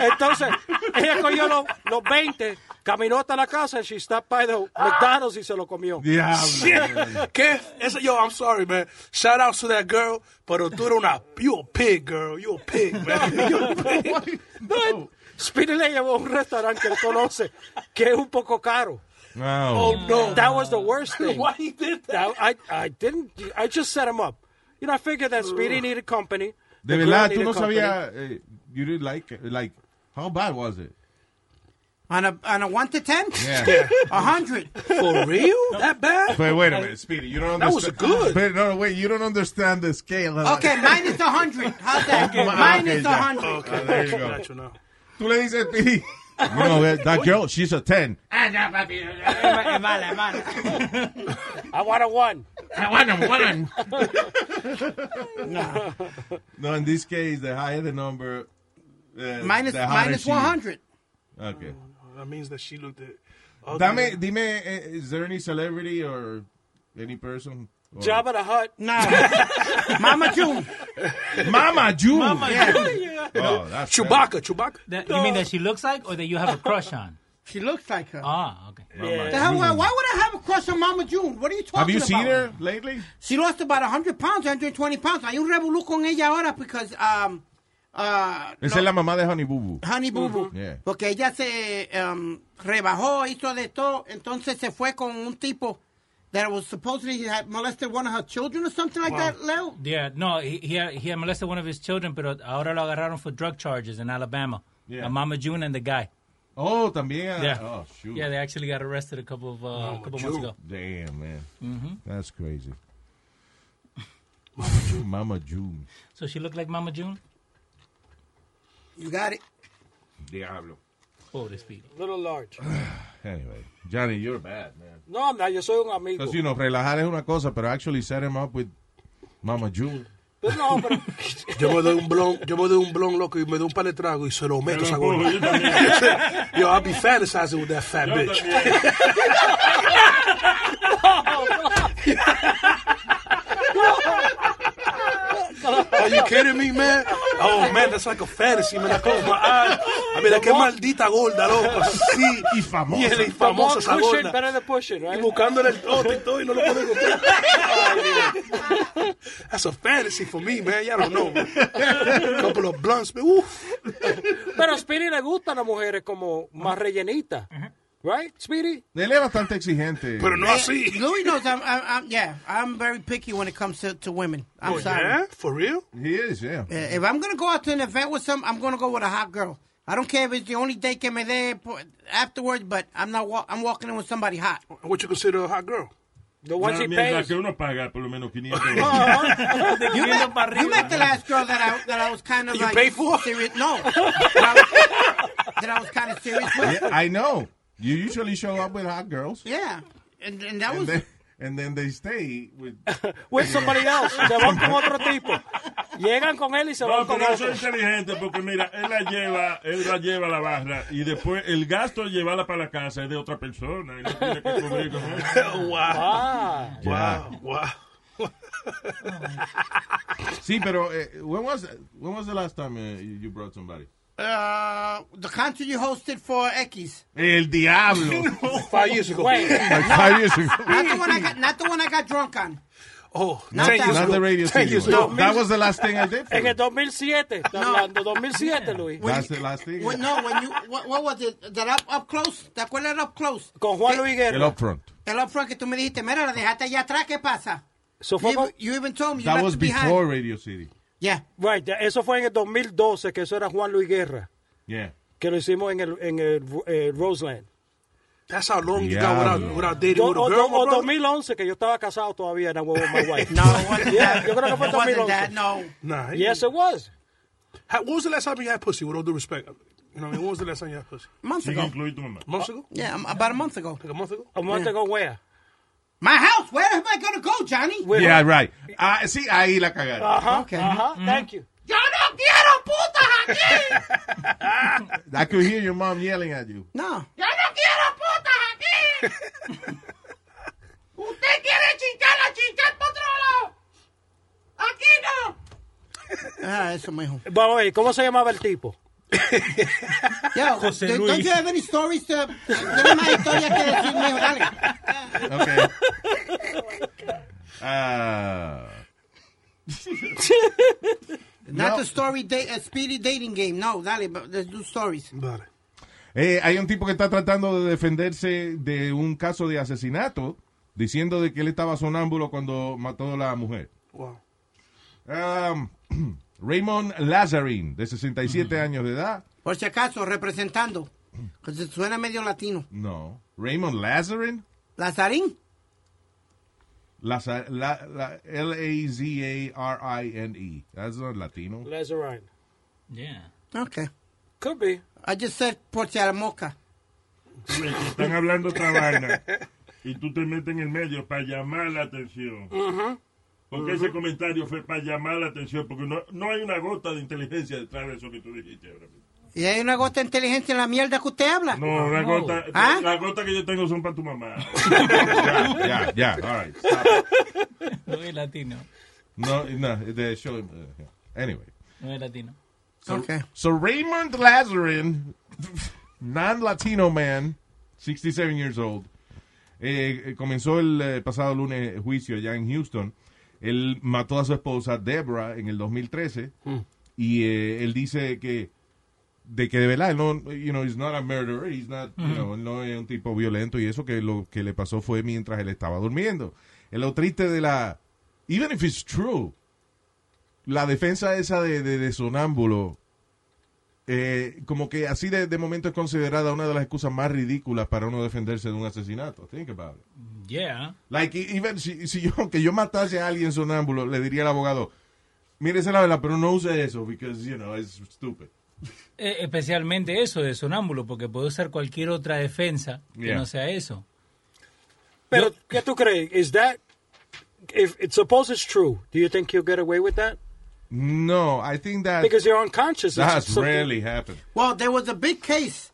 [SPEAKER 6] Entonces, ella cogió los, los 20, caminó hasta la casa, she stopped by the McDonald's y se lo comió.
[SPEAKER 7] Diablo.
[SPEAKER 8] Yeah. [LAUGHS] ¿Qué? Esa, yo, I'm sorry, man. Shout out to that girl, pero tú eres una. You a pig, girl. You a pig, man. [LAUGHS] You a pig.
[SPEAKER 7] No.
[SPEAKER 6] Speedy le llevó a un restaurante que él conoce, que es un poco caro.
[SPEAKER 8] Oh, no.
[SPEAKER 6] That was the
[SPEAKER 8] [LAUGHS]
[SPEAKER 6] worst thing.
[SPEAKER 8] Why he did
[SPEAKER 6] That-
[SPEAKER 8] that?
[SPEAKER 6] I, I didn't, I just set him up. You know, I figured that Speedy needed company.
[SPEAKER 7] De
[SPEAKER 6] The girl
[SPEAKER 7] verdad, tú
[SPEAKER 6] needed
[SPEAKER 7] no
[SPEAKER 6] company.
[SPEAKER 7] sabías. eh, you didn't like it. Like, how bad was it?
[SPEAKER 5] On a, on a 1 to 10?
[SPEAKER 7] Yeah.
[SPEAKER 5] A 100.
[SPEAKER 8] For real? That bad?
[SPEAKER 7] [LAUGHS] But wait a minute, Speedy, you don't
[SPEAKER 8] That was
[SPEAKER 7] understand.
[SPEAKER 8] good.
[SPEAKER 7] But no, wait, you don't understand the scale. of-
[SPEAKER 5] Okay, minus 100. How's that?
[SPEAKER 7] Okay, okay,
[SPEAKER 5] Minus
[SPEAKER 7] ya.
[SPEAKER 5] 100.
[SPEAKER 8] Okay,
[SPEAKER 7] there you go.
[SPEAKER 8] got you now.
[SPEAKER 7] Tú le dices, Speedy. You know, that girl, she's a 10.
[SPEAKER 5] Es mala, es mala.
[SPEAKER 6] I want a one.
[SPEAKER 7] No, in this case, the higher the number, uh,
[SPEAKER 5] Minus,
[SPEAKER 7] the harder
[SPEAKER 5] minus
[SPEAKER 7] she-
[SPEAKER 5] 100.
[SPEAKER 7] Okay.
[SPEAKER 8] That means that she looked at. ugly.
[SPEAKER 7] Dame, dime, eh, is there any celebrity or any person? Or-
[SPEAKER 6] Job at a hut.
[SPEAKER 7] [LAUGHS]
[SPEAKER 5] No. Mama June.
[SPEAKER 7] Mama June.
[SPEAKER 5] Yeah.
[SPEAKER 7] Oh, that's
[SPEAKER 8] Chewbacca, Chewbacca.
[SPEAKER 9] That- you mean that she looks like or that you have a crush on?
[SPEAKER 5] She looks like her.
[SPEAKER 9] Ah, okay.
[SPEAKER 5] The hell, why, why would I have a crush on Mama June? What are you talking
[SPEAKER 7] Have you
[SPEAKER 5] about?
[SPEAKER 7] seen her lately?
[SPEAKER 5] She lost about 100 pounds, 120 pounds. Hay un revolú con ella ahora because um, uh,
[SPEAKER 7] Esa es la mamá de Honey Boo Boo.
[SPEAKER 5] Honey Boo Boo.
[SPEAKER 7] Yeah.
[SPEAKER 5] Porque ella se um, rebajó, hizo de todo. Entonces se fue con un tipo that was supposedly he had molested one of her children or something like that, Leo.
[SPEAKER 9] Yeah, no, he, he, had, he had molested one of his children, pero ahora lo agarraron for drug charges in Alabama.
[SPEAKER 7] Yeah.
[SPEAKER 9] Uh, Mama June and the guy.
[SPEAKER 7] Oh, también. ah,
[SPEAKER 9] Yeah.
[SPEAKER 7] Oh, shoot. Oh,
[SPEAKER 9] Yeah, they actually got arrested a couple of uh, couple months ago.
[SPEAKER 7] Damn, man.
[SPEAKER 9] Mm-hmm.
[SPEAKER 7] That's
[SPEAKER 9] [LAUGHS]
[SPEAKER 7] crazy. Mama June. Mama June.
[SPEAKER 9] So she looked like Mama June?
[SPEAKER 5] You got it.
[SPEAKER 7] Diablo.
[SPEAKER 9] Pobre Speedy.
[SPEAKER 6] Little large.
[SPEAKER 7] Anyway, Johnny, you're bad, man.
[SPEAKER 6] No, no, yo soy un amigo.
[SPEAKER 7] Because, you know, relajar es una cosa, pero actually set him up with Mama June.
[SPEAKER 6] Pero Pues no,
[SPEAKER 7] [LAUGHS]
[SPEAKER 6] pero...
[SPEAKER 8] Yo me doy un blon, yo me doy un blon loco y me doy un par de tragos y se lo meto a esa gorda.
[SPEAKER 1] Yo también.
[SPEAKER 8] [LAUGHS] Yo, I'll be fantasizing with that fat
[SPEAKER 1] Yo
[SPEAKER 8] bitch.
[SPEAKER 1] también.
[SPEAKER 8] [LAUGHS] Are you kidding me, man? Oh, man, that's like a fantasy, man. I close my eyes. I mean, qué maldita gorda, loco. Sí.
[SPEAKER 7] Y famosa.
[SPEAKER 8] Y es
[SPEAKER 6] The more
[SPEAKER 8] famosa esa
[SPEAKER 6] push it,
[SPEAKER 8] gorda.
[SPEAKER 6] better than push it, right?
[SPEAKER 8] Y buscándole el toto y todo y no lo puedo encontrar. Ay, Dios. That's a fantasy for me, man. Y'all don't know, man. Couple of blunts, man. Oof.
[SPEAKER 6] Pero a Speedy le gustan las mujeres como más rellenitas. Right, Speedy?
[SPEAKER 7] Él es bastante exigente.
[SPEAKER 8] Pero no así.
[SPEAKER 5] Eh, Louis knows I'm, I'm, I'm, yeah, I'm very picky when it comes to, to women. I'm
[SPEAKER 8] Oh,
[SPEAKER 5] sorry.
[SPEAKER 8] yeah? For real?
[SPEAKER 7] He is, yeah.
[SPEAKER 5] Uh, If I'm gonna go out to an event with some, I'm gonna go with a hot girl. I don't care if it's the only date que me dé po- afterwards, but I'm not. Wa- I'm walking in with somebody hot.
[SPEAKER 8] What you consider a hot girl?
[SPEAKER 6] The one she
[SPEAKER 1] Ah, Mientras
[SPEAKER 6] pays.
[SPEAKER 1] que uno paga por lo menos 500 dólares.
[SPEAKER 5] You met, you met the last girl that I that I was kind of
[SPEAKER 8] You
[SPEAKER 5] like
[SPEAKER 8] pay for?
[SPEAKER 5] serious. No, that I was, that I was kind of serious with.
[SPEAKER 7] Yeah, I know. You usually show up with hot girls.
[SPEAKER 5] Yeah, and and that
[SPEAKER 7] And
[SPEAKER 5] was
[SPEAKER 7] then, and then they stay with...
[SPEAKER 6] With somebody
[SPEAKER 8] [LAUGHS]
[SPEAKER 6] else. Se van con otro tipo. Llegan con él y se van
[SPEAKER 1] No,
[SPEAKER 6] con
[SPEAKER 1] pero eso
[SPEAKER 6] otro.
[SPEAKER 1] es inteligente porque mira, él la lleva, él la lleva a la barra y después el gasto de llevarla para la casa es de otra persona y no tiene que cubrir con
[SPEAKER 7] [LAUGHS]
[SPEAKER 1] eso.
[SPEAKER 8] Wow.
[SPEAKER 6] Ah,
[SPEAKER 7] Yeah.
[SPEAKER 8] Wow.
[SPEAKER 7] Sí, pero eh, when was when was the last time eh, you you brought somebody?
[SPEAKER 5] uh, the concert you hosted for Ekis.
[SPEAKER 7] El [LAUGHS] diablo.
[SPEAKER 8] Five years ago.
[SPEAKER 6] wait.
[SPEAKER 7] Like five years ago.
[SPEAKER 5] Not the one I got. Not the one I got drunk on.
[SPEAKER 8] Oh,
[SPEAKER 5] Not
[SPEAKER 8] ten years
[SPEAKER 5] that one.
[SPEAKER 7] Not
[SPEAKER 8] ago.
[SPEAKER 7] the radio
[SPEAKER 8] ten
[SPEAKER 7] station
[SPEAKER 8] years
[SPEAKER 7] one.
[SPEAKER 8] ago.
[SPEAKER 7] That was the last thing I did. For
[SPEAKER 6] En el
[SPEAKER 7] you.
[SPEAKER 6] 2007. Está hablando 2007, Luis.
[SPEAKER 7] That's the last thing.
[SPEAKER 5] When, no, when you what, what was it? That up up close. ¿Te acuerdas del up close?
[SPEAKER 6] Con Juan Luis
[SPEAKER 7] El
[SPEAKER 6] Guerra.
[SPEAKER 7] upfront.
[SPEAKER 5] El up front que tú me dijiste, mira, la dejaste allá atrás. ¿Qué pasa?
[SPEAKER 6] Eso
[SPEAKER 5] You
[SPEAKER 6] fue con-
[SPEAKER 5] even, you even told me you
[SPEAKER 7] That
[SPEAKER 5] left
[SPEAKER 7] was
[SPEAKER 5] it behind.
[SPEAKER 7] before Radio City.
[SPEAKER 5] Yeah.
[SPEAKER 6] Right, ya- eso fue en el 2012, que eso era Juan Luis Guerra,
[SPEAKER 7] Yeah.
[SPEAKER 6] que lo hicimos en el, en el eh, Roseland.
[SPEAKER 8] That's how long you
[SPEAKER 7] Yeah,
[SPEAKER 8] got
[SPEAKER 7] man.
[SPEAKER 8] without, without dating
[SPEAKER 6] Yo-
[SPEAKER 8] with a
[SPEAKER 6] o,
[SPEAKER 8] girl,
[SPEAKER 6] o
[SPEAKER 8] my brother?
[SPEAKER 6] 2011, que yo estaba casado todavía, and I was with my wife.
[SPEAKER 5] No, it wasn't
[SPEAKER 6] Yeah,
[SPEAKER 5] that.
[SPEAKER 6] yo creo que fue
[SPEAKER 5] It wasn't
[SPEAKER 6] 2011.
[SPEAKER 5] that. No.
[SPEAKER 8] Nah. he-
[SPEAKER 6] Yes, it was.
[SPEAKER 8] How, what was the last time you had pussy? With all due respect, you know, what I mean, what was the last time you had pussy?
[SPEAKER 5] Months
[SPEAKER 1] Sin
[SPEAKER 5] ago.
[SPEAKER 1] incluir tu mamá.
[SPEAKER 8] Months ago?
[SPEAKER 5] Yeah, um, about a month ago.
[SPEAKER 8] Like a month ago?
[SPEAKER 6] A month ago, where?
[SPEAKER 5] My house. Where am I gonna go, Johnny?
[SPEAKER 6] With-
[SPEAKER 7] Yeah, right. Ah, sí, ahí la cagaron.
[SPEAKER 6] Ajá,
[SPEAKER 5] Okay.
[SPEAKER 6] ajá, thank you.
[SPEAKER 5] Yo no quiero putas aquí.
[SPEAKER 7] I could hear your mom yelling at you.
[SPEAKER 5] No. Yo no quiero putas aquí. Usted quiere chingar la chingar por otro lado. Aquí no. Ah, eso mijo.
[SPEAKER 6] Vamos a ver, ¿cómo se llamaba el tipo?
[SPEAKER 5] Yo,
[SPEAKER 9] José
[SPEAKER 5] don't,
[SPEAKER 9] Luis.
[SPEAKER 5] don't you have any stories to... Tiene más historias que decir, mijo, dale.
[SPEAKER 7] Okay. Ah,
[SPEAKER 5] Not
[SPEAKER 7] No.
[SPEAKER 5] the story, da- a speedy dating game. No, dale, but let's do stories.
[SPEAKER 8] Vale.
[SPEAKER 7] eh, hay un tipo que está tratando de defenderse de un caso de asesinato, diciendo de que él estaba sonámbulo cuando mató a la mujer.
[SPEAKER 8] Wow.
[SPEAKER 7] Um, [CLEARS THROAT] Raymond Lazarin, de 67 años de edad.
[SPEAKER 5] Por si acaso, representando. Porque suena medio latino.
[SPEAKER 7] No. Raymond Lazarin?
[SPEAKER 5] ¿Lazarín?
[SPEAKER 7] Laza- la- la- L-A-Z-A-R-I-N-E. E. That's not Latino.
[SPEAKER 6] Lazarine.
[SPEAKER 9] Yeah.
[SPEAKER 5] Okay.
[SPEAKER 6] Could be.
[SPEAKER 5] I just said por si a la mosca.
[SPEAKER 1] Hombre, que Están hablando otra vaina y tú te metes en el medio para llamar la atención. Porque ese comentario fue para llamar la atención, porque no, no hay una gota de inteligencia detrás de eso que tú dijiste ahora mismo.
[SPEAKER 5] ¿Y hay una gota de inteligencia en la mierda que usted habla?
[SPEAKER 1] No, la gota,
[SPEAKER 5] ¿Ah?
[SPEAKER 1] la gota que yo tengo son para tu mamá.
[SPEAKER 7] yeah, yeah, yeah. All right. Stop it.
[SPEAKER 9] No es latino.
[SPEAKER 7] No, no, the show. uh, yeah. anyway.
[SPEAKER 9] No es latino.
[SPEAKER 5] okay.
[SPEAKER 7] So Raymond Lazarin, non Latino man, 67 years old, eh, eh, comenzó el eh, pasado lunes juicio allá en Houston. Él mató a su esposa Deborah en el 2013 y eh, él dice que de que de verdad él no you know he's not a murderer he's not you know, él no es un tipo violento y eso que lo que le pasó fue mientras él estaba durmiendo es lo triste de la even if it's true la defensa esa de, de, de sonámbulo eh, como que así de, de momento es considerada una de las excusas más ridículas para uno defenderse de un asesinato. Think about it.
[SPEAKER 9] Yeah.
[SPEAKER 7] Like, e- even si, si yo, [LAUGHS] que yo matase a alguien sonámbulo, le diría al abogado, mírese la vela, pero no use eso, because, you know, it's stupid.
[SPEAKER 9] Eh, especialmente eso de sonámbulo, porque puede usar cualquier otra defensa que
[SPEAKER 7] Yeah.
[SPEAKER 9] no sea eso.
[SPEAKER 6] Pero, ¿qué tú crees? Is that, if it's suppose it's true, do you think you'll get away with that?
[SPEAKER 7] No, I think that
[SPEAKER 6] Because you're unconscious. It's
[SPEAKER 7] that's
[SPEAKER 6] something-
[SPEAKER 7] rarely happened.
[SPEAKER 5] Well, there was a big case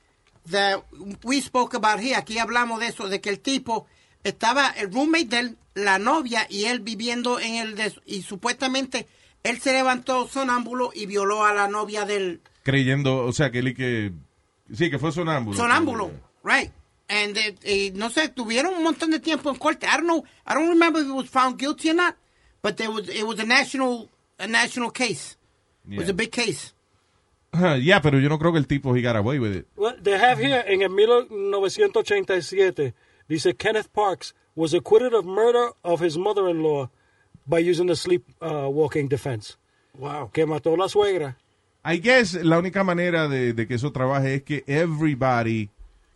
[SPEAKER 5] that we spoke about here. Aquí hablamos de eso, de que el tipo estaba el roommate de él, la novia y él viviendo en el des- y supuestamente él se levantó sonámbulo y violó a la novia del
[SPEAKER 7] Creyendo, o sea, que él y que... Sí, que fue sonámbulo.
[SPEAKER 5] sonámbulo, right? And eh, eh, no sé, tuvieron un montón de tiempo en corte. I don't know, I don't remember if he was found guilty or not, but there was it was a national a national case. It was
[SPEAKER 7] Yeah.
[SPEAKER 5] a big case.
[SPEAKER 7] Ajá, [LAUGHS] yeah, pero yo no creo que el tipo he got away with it.
[SPEAKER 6] Well, they have here in el 1987, dice Kenneth Parks was acquitted of murder of his mother-in-law by using the sleep uh, walking defense. Wow. Que mató la suegra.
[SPEAKER 7] I guess la única manera de, de que eso trabaje es que everybody,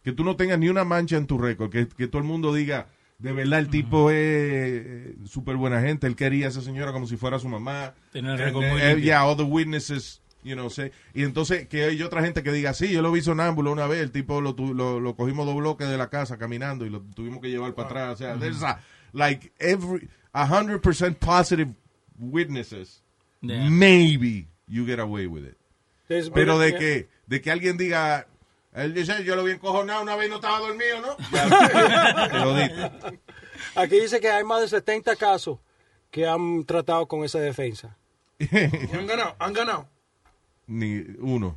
[SPEAKER 7] que tú no tengas ni una mancha en tu récord, que, que todo el mundo diga, de verdad el tipo es eh, súper buena gente, él quería a esa señora como si fuera su mamá.
[SPEAKER 9] Tiene el
[SPEAKER 7] And,
[SPEAKER 9] récord muy
[SPEAKER 7] eh,
[SPEAKER 9] limpio.
[SPEAKER 7] Yeah, all the witnesses, you know, say. Y entonces que hay otra gente que diga, sí, yo lo vi sonámbulo una vez, el tipo lo, tu- lo, lo cogimos dos bloques de la casa caminando y lo tuvimos que llevar para atrás. O sea, there's a, like every, 100% positive witnesses.
[SPEAKER 9] Yeah.
[SPEAKER 7] Mm. Maybe you get away with it.
[SPEAKER 6] There's-
[SPEAKER 7] Pero de
[SPEAKER 6] yeah.
[SPEAKER 7] que, de que alguien diga, él dice, yo lo vi encojonado una vez y no estaba dormido, ¿no? Te lo diste.
[SPEAKER 6] Aquí dice que hay más de 70 casos que han tratado con esa defensa.
[SPEAKER 8] Y han ganado, han ganado.
[SPEAKER 7] [LAUGHS] Ni uno.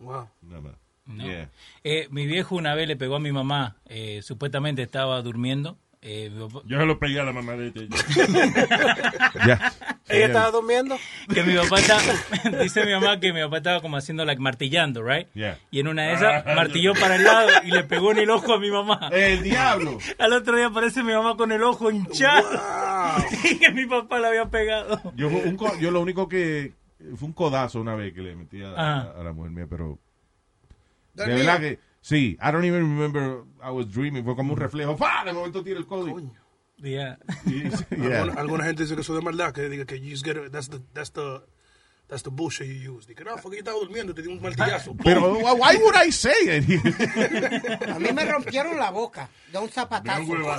[SPEAKER 6] Wow.
[SPEAKER 7] Nada más.
[SPEAKER 9] No.
[SPEAKER 7] Yeah.
[SPEAKER 9] Eh, mi viejo una vez le pegó a mi mamá, eh, supuestamente estaba durmiendo. eh, mi papá-
[SPEAKER 1] Yo se lo pegué a la mamá de este.
[SPEAKER 7] Ya.
[SPEAKER 6] ¿Ella estaba durmiendo?
[SPEAKER 9] que mi papá está- [LAUGHS] dice mi mamá que mi papá estaba como haciendo, like, martillando, right?
[SPEAKER 7] Yeah.
[SPEAKER 9] Y en una de esas martilló para el lado y le pegó en el ojo a mi mamá.
[SPEAKER 7] El diablo.
[SPEAKER 9] Al otro día aparece mi mamá con el ojo hinchado. [LAUGHS] Y que mi papá la había pegado.
[SPEAKER 7] Yo, un co- yo lo único que. Fue un codazo una vez que le metí a,
[SPEAKER 9] Ajá.
[SPEAKER 7] a la mujer mía, pero. De
[SPEAKER 5] Dormía.
[SPEAKER 7] verdad que. Sí, I don't even remember I was dreaming. Fue como un reflejo. ¡Fa! De momento tiro el código.
[SPEAKER 9] Yeah.
[SPEAKER 7] Y-
[SPEAKER 8] Alguna,
[SPEAKER 7] yeah.
[SPEAKER 8] alguna gente dice que eso es de maldad, que diga que you just get it, that's the, that's the, that's the bullshit you use. Dice, no, fue que yo estaba durmiendo, te di un martillazo.
[SPEAKER 5] [LAUGHS]
[SPEAKER 7] Pero, why would I say it? [LAUGHS]
[SPEAKER 5] A mí me rompieron la boca de un zapatazo.
[SPEAKER 1] Ven, hueva.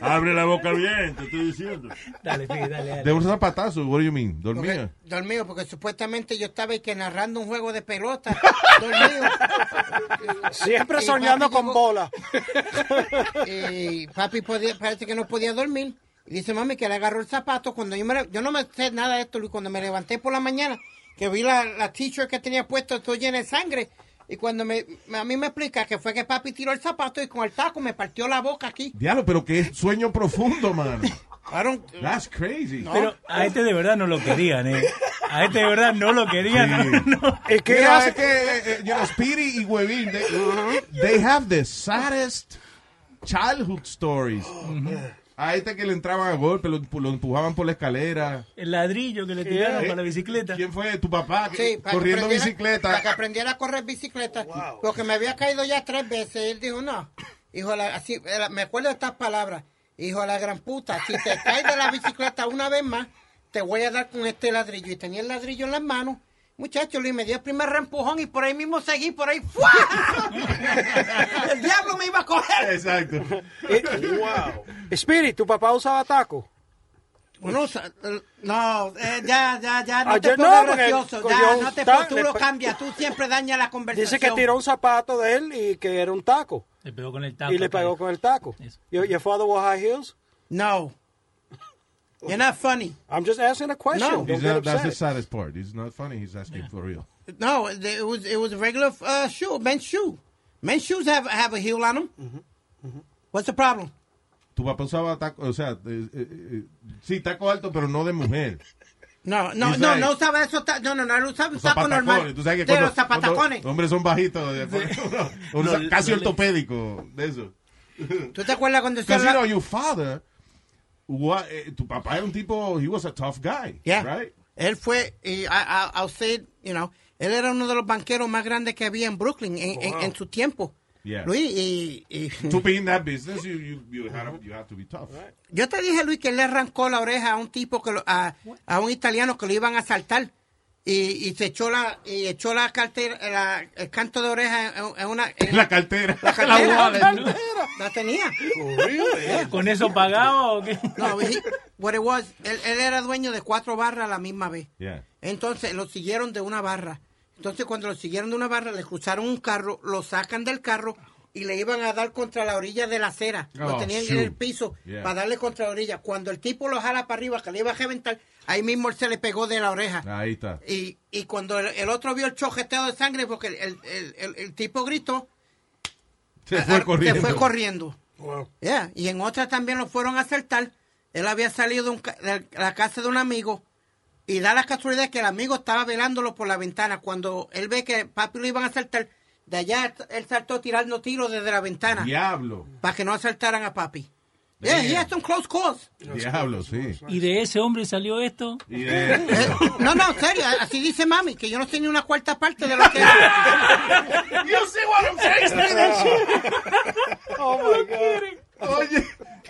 [SPEAKER 1] Abre la boca bien, te estoy diciendo.
[SPEAKER 9] Dale, sí, dale, dale.
[SPEAKER 7] De un zapatazo, what do you mean? Dormía.
[SPEAKER 5] Porque- dormido, porque supuestamente yo estaba y que narrando un juego de pelota. [LAUGHS] dormido.
[SPEAKER 6] Siempre [LAUGHS]
[SPEAKER 5] Y
[SPEAKER 6] soñando
[SPEAKER 5] papi
[SPEAKER 6] con
[SPEAKER 5] llegó-
[SPEAKER 6] bola.
[SPEAKER 5] Y papi podía- parece que no podía dormir. Y dice mami que le agarró el zapato. Cuando yo, me, le- yo no me sé nada de esto, Luis. Cuando me levanté por la mañana, que vi la, la t-shirt que tenía puesto, estoy llena de sangre. Y cuando me, me- a mí me explica que fue que papi tiró el zapato y con el taco me partió la boca aquí.
[SPEAKER 7] Diablo, pero qué sueño profundo, mano.
[SPEAKER 5] I don't-
[SPEAKER 7] That's crazy.
[SPEAKER 9] Pero a este de verdad no lo querían, ¿eh? A este de verdad no lo querían.
[SPEAKER 7] Sí.
[SPEAKER 9] [LAUGHS] no.
[SPEAKER 6] ¿Y qué
[SPEAKER 7] Mira,
[SPEAKER 6] hace?
[SPEAKER 7] es que, eh, eh, you know, Speedy y Huevín, they, they have the saddest childhood stories. A este que le entraban a golpe, lo, empu- lo empujaban por la escalera.
[SPEAKER 9] El ladrillo que le tiraron para la bicicleta.
[SPEAKER 7] ¿Quién fue? Tu papá,
[SPEAKER 5] Sí, para que
[SPEAKER 7] corriendo
[SPEAKER 5] aprendiera- Para que
[SPEAKER 7] bicicleta.
[SPEAKER 5] aprendiera a correr bicicleta. Porque me había caído ya tres veces. Y él dijo, no. Hijo, de la, así, era- me acuerdo de estas palabras. Hijo de la gran puta, si te caes de la bicicleta una vez más, te voy a dar con este ladrillo. Y tenía el ladrillo en las manos. Muchacho, Luis, me dio el primer reempujón y por ahí mismo seguí, por ahí ¡fua! El diablo me iba a
[SPEAKER 7] [LAUGHS]
[SPEAKER 5] coger.
[SPEAKER 7] Exacto.
[SPEAKER 6] wow. Eh, Spirit, ¿tu papá usaba taco?
[SPEAKER 5] Pues No, sa- no, eh, ya, ya, ya, no
[SPEAKER 6] Ah,
[SPEAKER 5] te
[SPEAKER 6] ya no,
[SPEAKER 5] pongas
[SPEAKER 6] porque
[SPEAKER 5] gracioso. Ya,
[SPEAKER 6] cogió un
[SPEAKER 5] no te
[SPEAKER 6] tan-
[SPEAKER 5] pongas, tú
[SPEAKER 6] le
[SPEAKER 5] lo
[SPEAKER 6] pe-
[SPEAKER 5] cambias, tú siempre dañas la conversación.
[SPEAKER 6] Dice que tiró un zapato de él y que era un taco.
[SPEAKER 9] Le pegó con el taco.
[SPEAKER 6] y le pegó con el taco.
[SPEAKER 9] Eso.
[SPEAKER 6] Your, your father wore high heels?
[SPEAKER 5] No. You're not funny.
[SPEAKER 6] I'm just asking a question.
[SPEAKER 5] No.
[SPEAKER 6] Don't
[SPEAKER 7] He's
[SPEAKER 6] get
[SPEAKER 7] not- that's the
[SPEAKER 6] upset.
[SPEAKER 7] saddest part. It's not funny. He's asking for real.
[SPEAKER 5] No, it was it was a regular uh, shoe, men's shoe. Men's shoes have have a heel on them. What's the problem?
[SPEAKER 7] Tu papá usaba taco, o sea, eh, eh, eh, sí, taco alto, pero no de mujer.
[SPEAKER 5] No, no,
[SPEAKER 7] He's
[SPEAKER 5] no,
[SPEAKER 7] right.
[SPEAKER 5] no usaba eso. ta- No, no, no, no usaba un taco
[SPEAKER 7] Zapatacones,
[SPEAKER 5] normal.
[SPEAKER 7] Tú sabes que
[SPEAKER 5] Sí,
[SPEAKER 7] cuando-
[SPEAKER 5] los zapatacones.
[SPEAKER 7] cuando Los hombres son bajitos. de- uno- uno-
[SPEAKER 9] [LAUGHS] No,
[SPEAKER 7] casi
[SPEAKER 9] no le-
[SPEAKER 7] ortopédico de eso.
[SPEAKER 5] ¿Tú te acuerdas cuando se
[SPEAKER 7] Because, you know,
[SPEAKER 5] hablaba?
[SPEAKER 7] your father, wa- eh, tu papá era un tipo, he was a tough guy,
[SPEAKER 5] Yeah.
[SPEAKER 7] right?
[SPEAKER 5] Él fue, y I- I- I'll say it, you know, él era uno de los banqueros más grandes que había en Brooklyn en, en- en su tiempo.
[SPEAKER 7] Yeah.
[SPEAKER 5] Luis, y, y- [LAUGHS]
[SPEAKER 7] To be in that business, you, you, you, have, you have to be tough.
[SPEAKER 5] yo te dije, Luis, que él le arrancó la oreja a un tipo, que lo- a, a un italiano que lo iban a asaltar. Y, y se echó la, y echó la cartera, la- el canto de oreja en, en una...
[SPEAKER 7] [LAUGHS]
[SPEAKER 5] en-
[SPEAKER 7] La cartera.
[SPEAKER 5] cartera.
[SPEAKER 9] La wallet, ¿no?
[SPEAKER 5] cartera. La tenía.
[SPEAKER 9] ¿Con eso pagaba [LAUGHS] o qué?
[SPEAKER 5] No, he- what it was, él, él era dueño de cuatro barras a la misma vez.
[SPEAKER 7] Yeah.
[SPEAKER 5] Entonces lo siguieron de una barra. Entonces cuando lo siguieron de una barra, le cruzaron un carro, lo sacan del carro y le iban a dar contra la orilla de la acera. lo
[SPEAKER 7] Oh,
[SPEAKER 5] tenían
[SPEAKER 7] shoot.
[SPEAKER 5] en el piso
[SPEAKER 7] Yeah.
[SPEAKER 5] para darle contra la orilla. Cuando el tipo lo jala para arriba, que le iba a reventar, ahí mismo él se le pegó de la oreja.
[SPEAKER 7] Ahí está.
[SPEAKER 5] Y, y cuando el, el otro vio el chojeteo de sangre, porque el, el- el- el tipo gritó,
[SPEAKER 7] Se
[SPEAKER 5] ah,
[SPEAKER 7] fue corriendo.
[SPEAKER 5] Se fue corriendo.
[SPEAKER 8] Wow.
[SPEAKER 5] Yeah, Y en otra también lo fueron a asaltar. Él había salido de, un ca- de la casa de un amigo y da la casualidad que el amigo estaba velándolo por la ventana. Cuando él ve que papi lo iban a asaltar, de allá él saltó tirando tiros desde la ventana
[SPEAKER 7] Diablo.
[SPEAKER 5] para que no asaltaran a papi. Yeah, he had some close calls.
[SPEAKER 7] Diablo, sí.
[SPEAKER 9] Y de ese hombre salió esto.
[SPEAKER 7] Y
[SPEAKER 5] [LAUGHS]
[SPEAKER 7] de-
[SPEAKER 5] Eh, no, no, en serio, así dice mami, que yo no sé ni una cuarta parte de lo que...
[SPEAKER 7] Oye,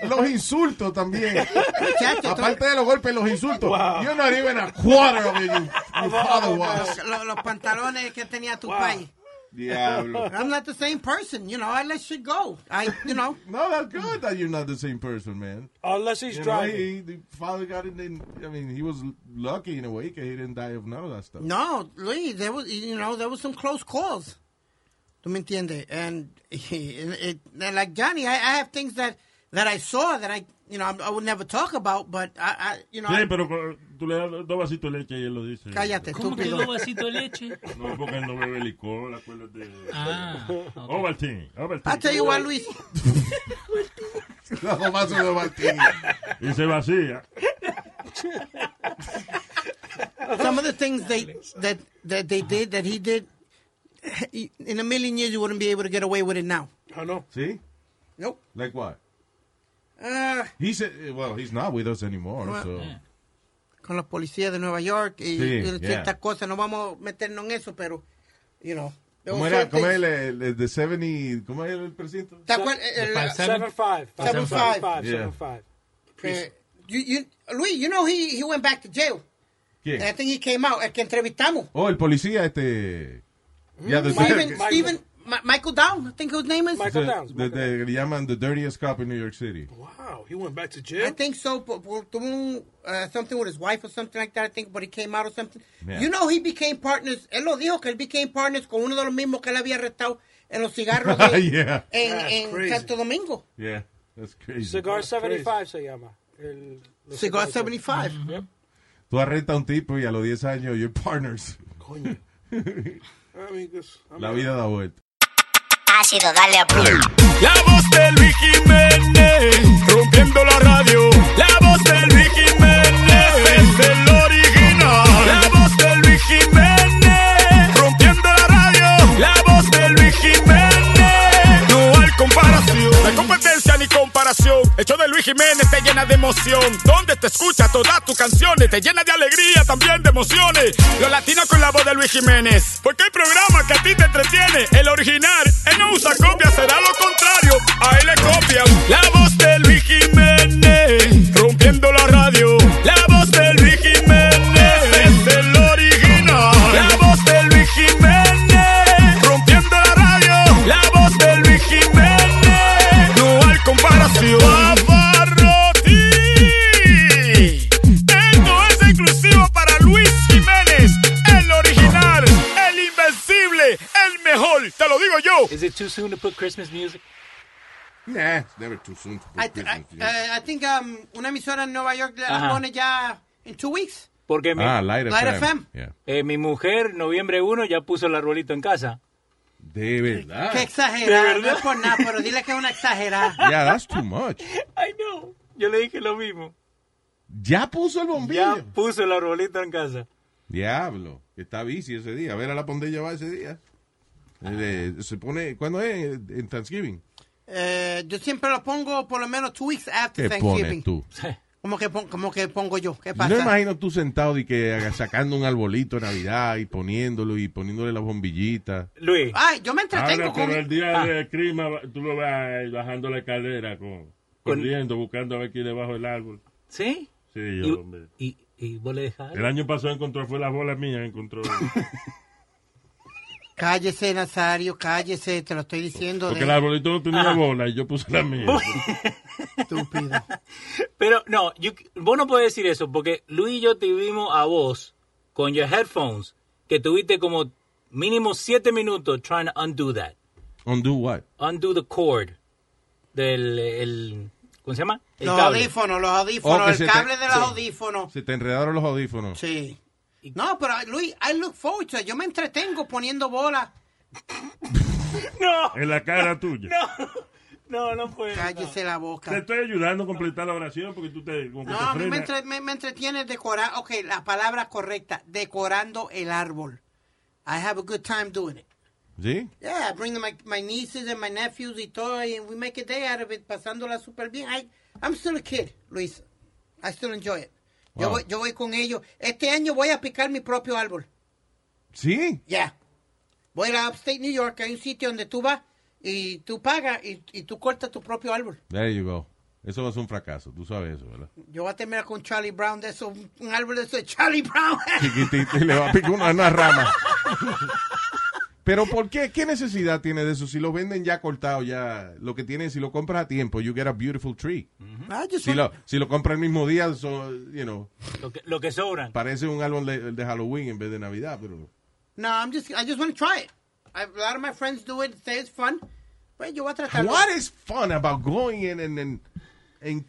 [SPEAKER 7] los insultos
[SPEAKER 5] [LAUGHS]
[SPEAKER 7] también.
[SPEAKER 5] Muchacho,
[SPEAKER 7] Aparte de los golpes, los insultos. You're not even a quarter of you,
[SPEAKER 5] [LAUGHS]
[SPEAKER 7] your father was.
[SPEAKER 5] los, los- los pantalones que tenía tu país.
[SPEAKER 7] Diablo.
[SPEAKER 5] I'm not the same person, you know, I let shit go. I, you know...
[SPEAKER 7] [LAUGHS] No, that's good that you're not the same person, man.
[SPEAKER 6] Unless he's
[SPEAKER 7] You know,
[SPEAKER 6] driving.
[SPEAKER 7] he, the father got it in. I mean, he was lucky in a way because he didn't die of none of
[SPEAKER 6] [LAUGHS]
[SPEAKER 7] that stuff. [LAUGHS]
[SPEAKER 5] No, Luis, there was, you know, there was some close calls. ¿Tú me entiendes? And, [LAUGHS] it, and like Johnny, I, I have things that, that I saw that I, you know, I, would never talk about, but I, I you know,
[SPEAKER 1] Sí, pero co- tú le das dos vasitos de leche y él lo dice.
[SPEAKER 5] cállate,
[SPEAKER 9] ¿Cómo que dos
[SPEAKER 5] estúpido.
[SPEAKER 9] vasitos de leche?
[SPEAKER 1] No, porque él no bebe licor, acuérdate.
[SPEAKER 9] Ah, ok.
[SPEAKER 1] Ovaltine, Ovaltine.
[SPEAKER 5] I'll tell you what, Luis,
[SPEAKER 7] La mamá se lo mantiene.
[SPEAKER 1] Y se vacía.
[SPEAKER 5] some of the things they, that, that they did, that he did, in a million years you wouldn't be able to get away with it now.
[SPEAKER 8] I know.
[SPEAKER 7] See?
[SPEAKER 5] Nope.
[SPEAKER 7] Like what?
[SPEAKER 5] Ah,
[SPEAKER 7] He said, well, he's not with us anymore,
[SPEAKER 5] Well,
[SPEAKER 7] so.
[SPEAKER 5] con los policías de Nueva York y,
[SPEAKER 7] Sí,
[SPEAKER 5] y
[SPEAKER 7] yeah.
[SPEAKER 5] ciertas cosas, no vamos a meternos en eso, pero, you know. there
[SPEAKER 7] ¿Cómo
[SPEAKER 5] was
[SPEAKER 7] era,
[SPEAKER 5] certain
[SPEAKER 7] cómo era el,
[SPEAKER 5] things.
[SPEAKER 7] el, el de 70, cómo era el precinto?
[SPEAKER 5] ¿Te acuerdas? El-
[SPEAKER 9] Five, seven.
[SPEAKER 6] 7-5.
[SPEAKER 5] uh, Seven,
[SPEAKER 6] 7-5.
[SPEAKER 5] five.
[SPEAKER 7] Yeah.
[SPEAKER 6] 7-5.
[SPEAKER 5] Eh, you, you, Luis, you know he, he went back to jail. And I
[SPEAKER 7] ¿Quién?
[SPEAKER 5] think he came out. El que entrevistamos.
[SPEAKER 7] Oh, el policía este.
[SPEAKER 6] Mm,
[SPEAKER 7] Ya, de-
[SPEAKER 5] Steven,
[SPEAKER 7] de-
[SPEAKER 5] Steven, Ma- Michael Down, I think his name is.
[SPEAKER 6] Michael- Downs,
[SPEAKER 7] de- de- que le llaman the dirtiest cop in New York City.
[SPEAKER 8] Wow, he went back to
[SPEAKER 5] I
[SPEAKER 8] jail.
[SPEAKER 5] think so. But, but, tuvo un, uh, something with his wife or something like that, I think, but he came out or something.
[SPEAKER 7] Yeah.
[SPEAKER 5] You know, he became partners. Él lo dijo que él became partners con uno de los mismos que él había arrestado en los cigarros de,
[SPEAKER 7] Yeah.
[SPEAKER 8] That's
[SPEAKER 5] en, en
[SPEAKER 8] crazy.
[SPEAKER 5] Santo Domingo.
[SPEAKER 7] Yeah, that's crazy.
[SPEAKER 6] Cigar 75 se llama. El, los
[SPEAKER 5] Cigar
[SPEAKER 6] cigarros.
[SPEAKER 5] 75.
[SPEAKER 7] Tú arrestas a un tipo y a los 10 años, you're partners. [LAUGHS]
[SPEAKER 8] Coño. I mean, just, I mean,
[SPEAKER 7] La vida da vuelta.
[SPEAKER 10] Ha sido darle a play.
[SPEAKER 11] La voz del Luis Jiménez, rompiendo la radio. La voz del Luis Jiménez, es el original. La voz del Luis Jiménez, rompiendo la radio. La voz del Luis Jiménez, no hay comparación. No hay competencia ni comparación. El show de Luis Jiménez te llena de emoción. Donde te escucha todas tus canciones, te llena de alegría, también de emociones. Los latinos con la voz de Luis Jiménez. Porque el programa que a ti te entretiene, el original, él no usa copia, será lo contrario. A él le copian. La voz de Luis Jiménez, rompiendo la radio. La voz de Luis Jiménez, es el original. La voz de Luis Jiménez, rompiendo la radio. La voz de Luis Jiménez, no hay comparación. Pavarotti. Esto es exclusivo para Luis Jiménez, el original, el invencible, el mejor. Te lo digo yo.
[SPEAKER 9] Is it too soon to put Christmas music?
[SPEAKER 7] Nah, it's never too soon to
[SPEAKER 5] I, th- I, uh, I think um, una emisora en Nueva York la
[SPEAKER 9] Ajá.
[SPEAKER 5] pone ya en two weeks.
[SPEAKER 9] Porque mi,
[SPEAKER 7] ah, Light,
[SPEAKER 5] Light
[SPEAKER 7] FM.
[SPEAKER 5] FM.
[SPEAKER 7] Yeah.
[SPEAKER 9] eh, mi mujer, noviembre 1, ya puso el arbolito en casa.
[SPEAKER 7] De verdad.
[SPEAKER 5] Qué exagerada. No
[SPEAKER 9] verdad?
[SPEAKER 5] es por nada, pero dile que es una exagerada.
[SPEAKER 7] [LAUGHS] Yeah, that's too much.
[SPEAKER 9] I know. Yo le dije lo mismo.
[SPEAKER 7] Ya puso el
[SPEAKER 9] Ya
[SPEAKER 7] bombillo.
[SPEAKER 9] puso el arbolito en casa.
[SPEAKER 7] Diablo, que está bici ese día. A ver a la pandilla va ese día. Eh, se pone, ¿cuándo es? En Thanksgiving.
[SPEAKER 5] Eh, yo siempre lo pongo por lo menos two weeks after
[SPEAKER 7] ¿Qué pones
[SPEAKER 5] Thanksgiving.
[SPEAKER 7] tú?
[SPEAKER 5] ¿Cómo que, pon- cómo que pongo yo? ¿Qué
[SPEAKER 7] No me
[SPEAKER 5] pasa?
[SPEAKER 7] imagino tú sentado y que haga- sacando un arbolito de Navidad y poniéndolo y poniéndole las bombillitas.
[SPEAKER 9] Luis.
[SPEAKER 12] Ah,
[SPEAKER 5] Ay, yo me entretengo
[SPEAKER 1] Ahora,
[SPEAKER 5] con...
[SPEAKER 1] pero el día
[SPEAKER 5] Ah.
[SPEAKER 1] de clima, tú lo vas eh, bajando la escalera, con, corriendo, buscando a ver quién debajo del árbol.
[SPEAKER 9] ¿Sí?
[SPEAKER 1] Sí,
[SPEAKER 9] Y-
[SPEAKER 1] hombre.
[SPEAKER 9] Y, y vos le dejas.
[SPEAKER 1] El año pasado encontró, fue las bolas mías,
[SPEAKER 5] [LAUGHS]
[SPEAKER 1] encontró.
[SPEAKER 5] Cállese, Nazario, cállese, te lo estoy diciendo.
[SPEAKER 1] Porque
[SPEAKER 5] de-
[SPEAKER 1] el arbolito no tenía
[SPEAKER 5] Ajá.
[SPEAKER 1] bola y yo puse la mía.
[SPEAKER 5] Estúpido.
[SPEAKER 9] Pero no, you- vos no podés decir eso, porque Luis y yo te vimos a vos con your headphones, que tuviste como mínimo siete minutos trying to undo that.
[SPEAKER 7] Undo what?
[SPEAKER 9] Undo the cord del. El, ¿Cómo se llama? El
[SPEAKER 5] Los
[SPEAKER 9] cable.
[SPEAKER 5] audífonos, los
[SPEAKER 7] Oh, que
[SPEAKER 5] audífonos,
[SPEAKER 7] se
[SPEAKER 5] el
[SPEAKER 7] te-
[SPEAKER 5] cable de los
[SPEAKER 7] sí.
[SPEAKER 5] audífonos.
[SPEAKER 7] Se te enredaron los audífonos.
[SPEAKER 5] Sí. No, pero Luis, I look forward to it. Yo me entretengo poniendo bola.
[SPEAKER 9] No,
[SPEAKER 5] Ah.
[SPEAKER 1] En la cara tuya.
[SPEAKER 9] no, no puede.
[SPEAKER 5] Cállese la
[SPEAKER 1] Te
[SPEAKER 5] boca.
[SPEAKER 1] estoy ayudando a completar la oración porque tú te, como que
[SPEAKER 5] No,
[SPEAKER 1] te
[SPEAKER 5] a mí me,
[SPEAKER 1] frenas.
[SPEAKER 5] entre- me- me entretiene decorar. Ok, la palabra correcta, decorando el árbol. I have a good time doing it.
[SPEAKER 7] ¿Sí?
[SPEAKER 5] Yeah, I bring my, my nieces and my nephews y todo, and we make a day out of it, pasándola super bien. I, I'm still a kid, Luis. I still enjoy it. Yo,
[SPEAKER 7] Wow.
[SPEAKER 5] voy, yo voy con ellos. Este año voy a picar mi propio árbol.
[SPEAKER 7] ¿Sí?
[SPEAKER 5] Yeah. Voy a ir a Upstate New York, hay un sitio donde tú vas y tú pagas y, y tú cortas tu propio árbol.
[SPEAKER 7] There you go. Eso va a ser un fracaso. Tú sabes eso, ¿verdad?
[SPEAKER 5] Yo voy a terminar con Charlie Brown de eso, un un árbol de eso de Charlie Brown.
[SPEAKER 7] [LAUGHS]
[SPEAKER 5] [LAUGHS]
[SPEAKER 7] Chiquitito. Y le va a picar una, una rama. Pero ¿por qué? ¿Qué necesidad tiene de eso? Si lo venden ya cortado, ya lo que tiene, si lo compras a tiempo, you get a beautiful tree.
[SPEAKER 5] Ah, yo
[SPEAKER 7] Si
[SPEAKER 5] soy-
[SPEAKER 7] Mm-hmm. lo, si lo compras el mismo día, so, you know,
[SPEAKER 9] Lo que, lo que sobran.
[SPEAKER 7] parece un álbum de, de Halloween en vez de Navidad, pero...
[SPEAKER 5] No, I'm just, I just want to try it. I, a lot of my friends do it, say it's fun. Pues yo voy a tratar.
[SPEAKER 7] What is fun about going in and, and, and-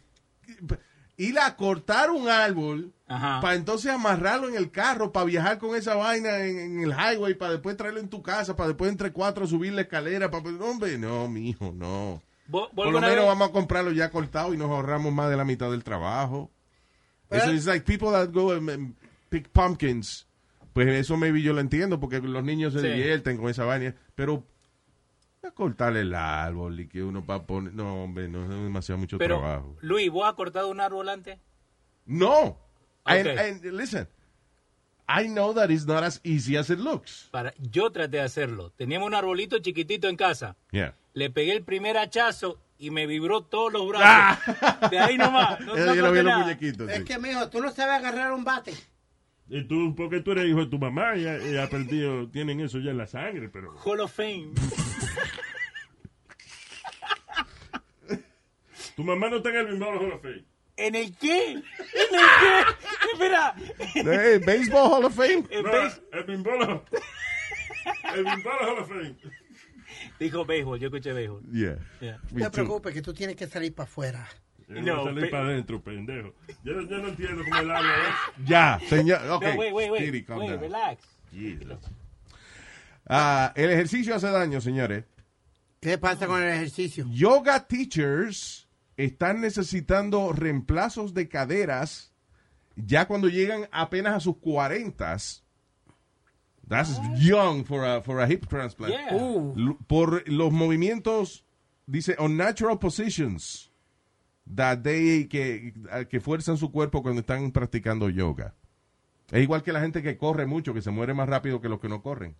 [SPEAKER 7] ir a cortar un árbol
[SPEAKER 9] Ajá.
[SPEAKER 7] para entonces amarrarlo en el carro, para viajar con esa vaina en, en el highway, para después traerlo en tu casa, para después entre cuatro subir la escalera, para hombre, no, mijo, no.
[SPEAKER 9] Vos- vos
[SPEAKER 7] Por lo
[SPEAKER 9] alguna
[SPEAKER 7] menos
[SPEAKER 9] vez-
[SPEAKER 7] vamos a comprarlo ya cortado y nos ahorramos más de la mitad del trabajo.
[SPEAKER 5] Pero-
[SPEAKER 7] Eso es like people that go and, and pick pumpkins. Pues eso maybe yo lo entiendo porque los niños se
[SPEAKER 9] Sí.
[SPEAKER 7] divierten con esa vaina. Pero a cortarle el árbol y que uno va a poner... No, hombre, no es demasiado mucho
[SPEAKER 9] Pero,
[SPEAKER 7] trabajo.
[SPEAKER 9] Luis, ¿vos has cortado un árbol antes?
[SPEAKER 7] No. And-
[SPEAKER 9] Ok.
[SPEAKER 7] and listen, I know that it's not as easy as it looks.
[SPEAKER 9] Para, yo traté de hacerlo. Teníamos un arbolito chiquitito en casa.
[SPEAKER 7] Yeah.
[SPEAKER 9] Le pegué el primer hachazo y me vibró todos los brazos. [LAUGHS] De ahí nomás. No,
[SPEAKER 7] Ah. [LAUGHS] Yo
[SPEAKER 9] no
[SPEAKER 7] lo vi
[SPEAKER 9] corté
[SPEAKER 7] en los
[SPEAKER 9] nada.
[SPEAKER 7] muñequitos.
[SPEAKER 5] Es
[SPEAKER 7] sí.
[SPEAKER 5] que, mijo, tú no sabes agarrar un bate.
[SPEAKER 1] Y tú, porque tú eres hijo de tu mamá y, y ha perdido, tienen eso ya en la sangre, pero...
[SPEAKER 9] Hall of Fame.
[SPEAKER 1] Tu mamá no está en el mismo Hall of Fame.
[SPEAKER 9] ¿En el qué? ¿En el qué? Espera.
[SPEAKER 7] [LAUGHS] Hey, Baseball Hall of
[SPEAKER 9] [LAUGHS]
[SPEAKER 7] Fame.
[SPEAKER 9] El
[SPEAKER 1] No,
[SPEAKER 9] béis-
[SPEAKER 1] el bimbolo. El bimbolo Hall of Fame.
[SPEAKER 9] Dijo béisbol, yo escuché béisbol.
[SPEAKER 7] Yeah.
[SPEAKER 9] Yeah.
[SPEAKER 5] No
[SPEAKER 7] Me
[SPEAKER 5] te
[SPEAKER 7] too.
[SPEAKER 5] preocupes, que tú tienes que salir para afuera.
[SPEAKER 1] No,
[SPEAKER 9] No,
[SPEAKER 1] salí
[SPEAKER 9] pe-
[SPEAKER 1] para adentro, pendejo. Yo, yo no entiendo cómo él habla. ¿eh?
[SPEAKER 7] Ya, señor. Ok.
[SPEAKER 9] No, wait, wait, wait.
[SPEAKER 7] Speedy, calm
[SPEAKER 9] Wait,
[SPEAKER 7] down.
[SPEAKER 9] relax.
[SPEAKER 7] Jesus. Ah, el ejercicio hace daño, señores.
[SPEAKER 5] ¿Qué pasa con el ejercicio?
[SPEAKER 7] Yoga teachers están necesitando reemplazos de caderas ya cuando llegan apenas a sus cuarentas. That's young for a, for a hip transplant.
[SPEAKER 9] Yeah. Uh.
[SPEAKER 7] L- Por los movimientos, dice, unnatural positions that they, que, que fuerzan su cuerpo cuando están practicando yoga. Es igual que la gente que corre mucho, que se muere más rápido que los que no corren.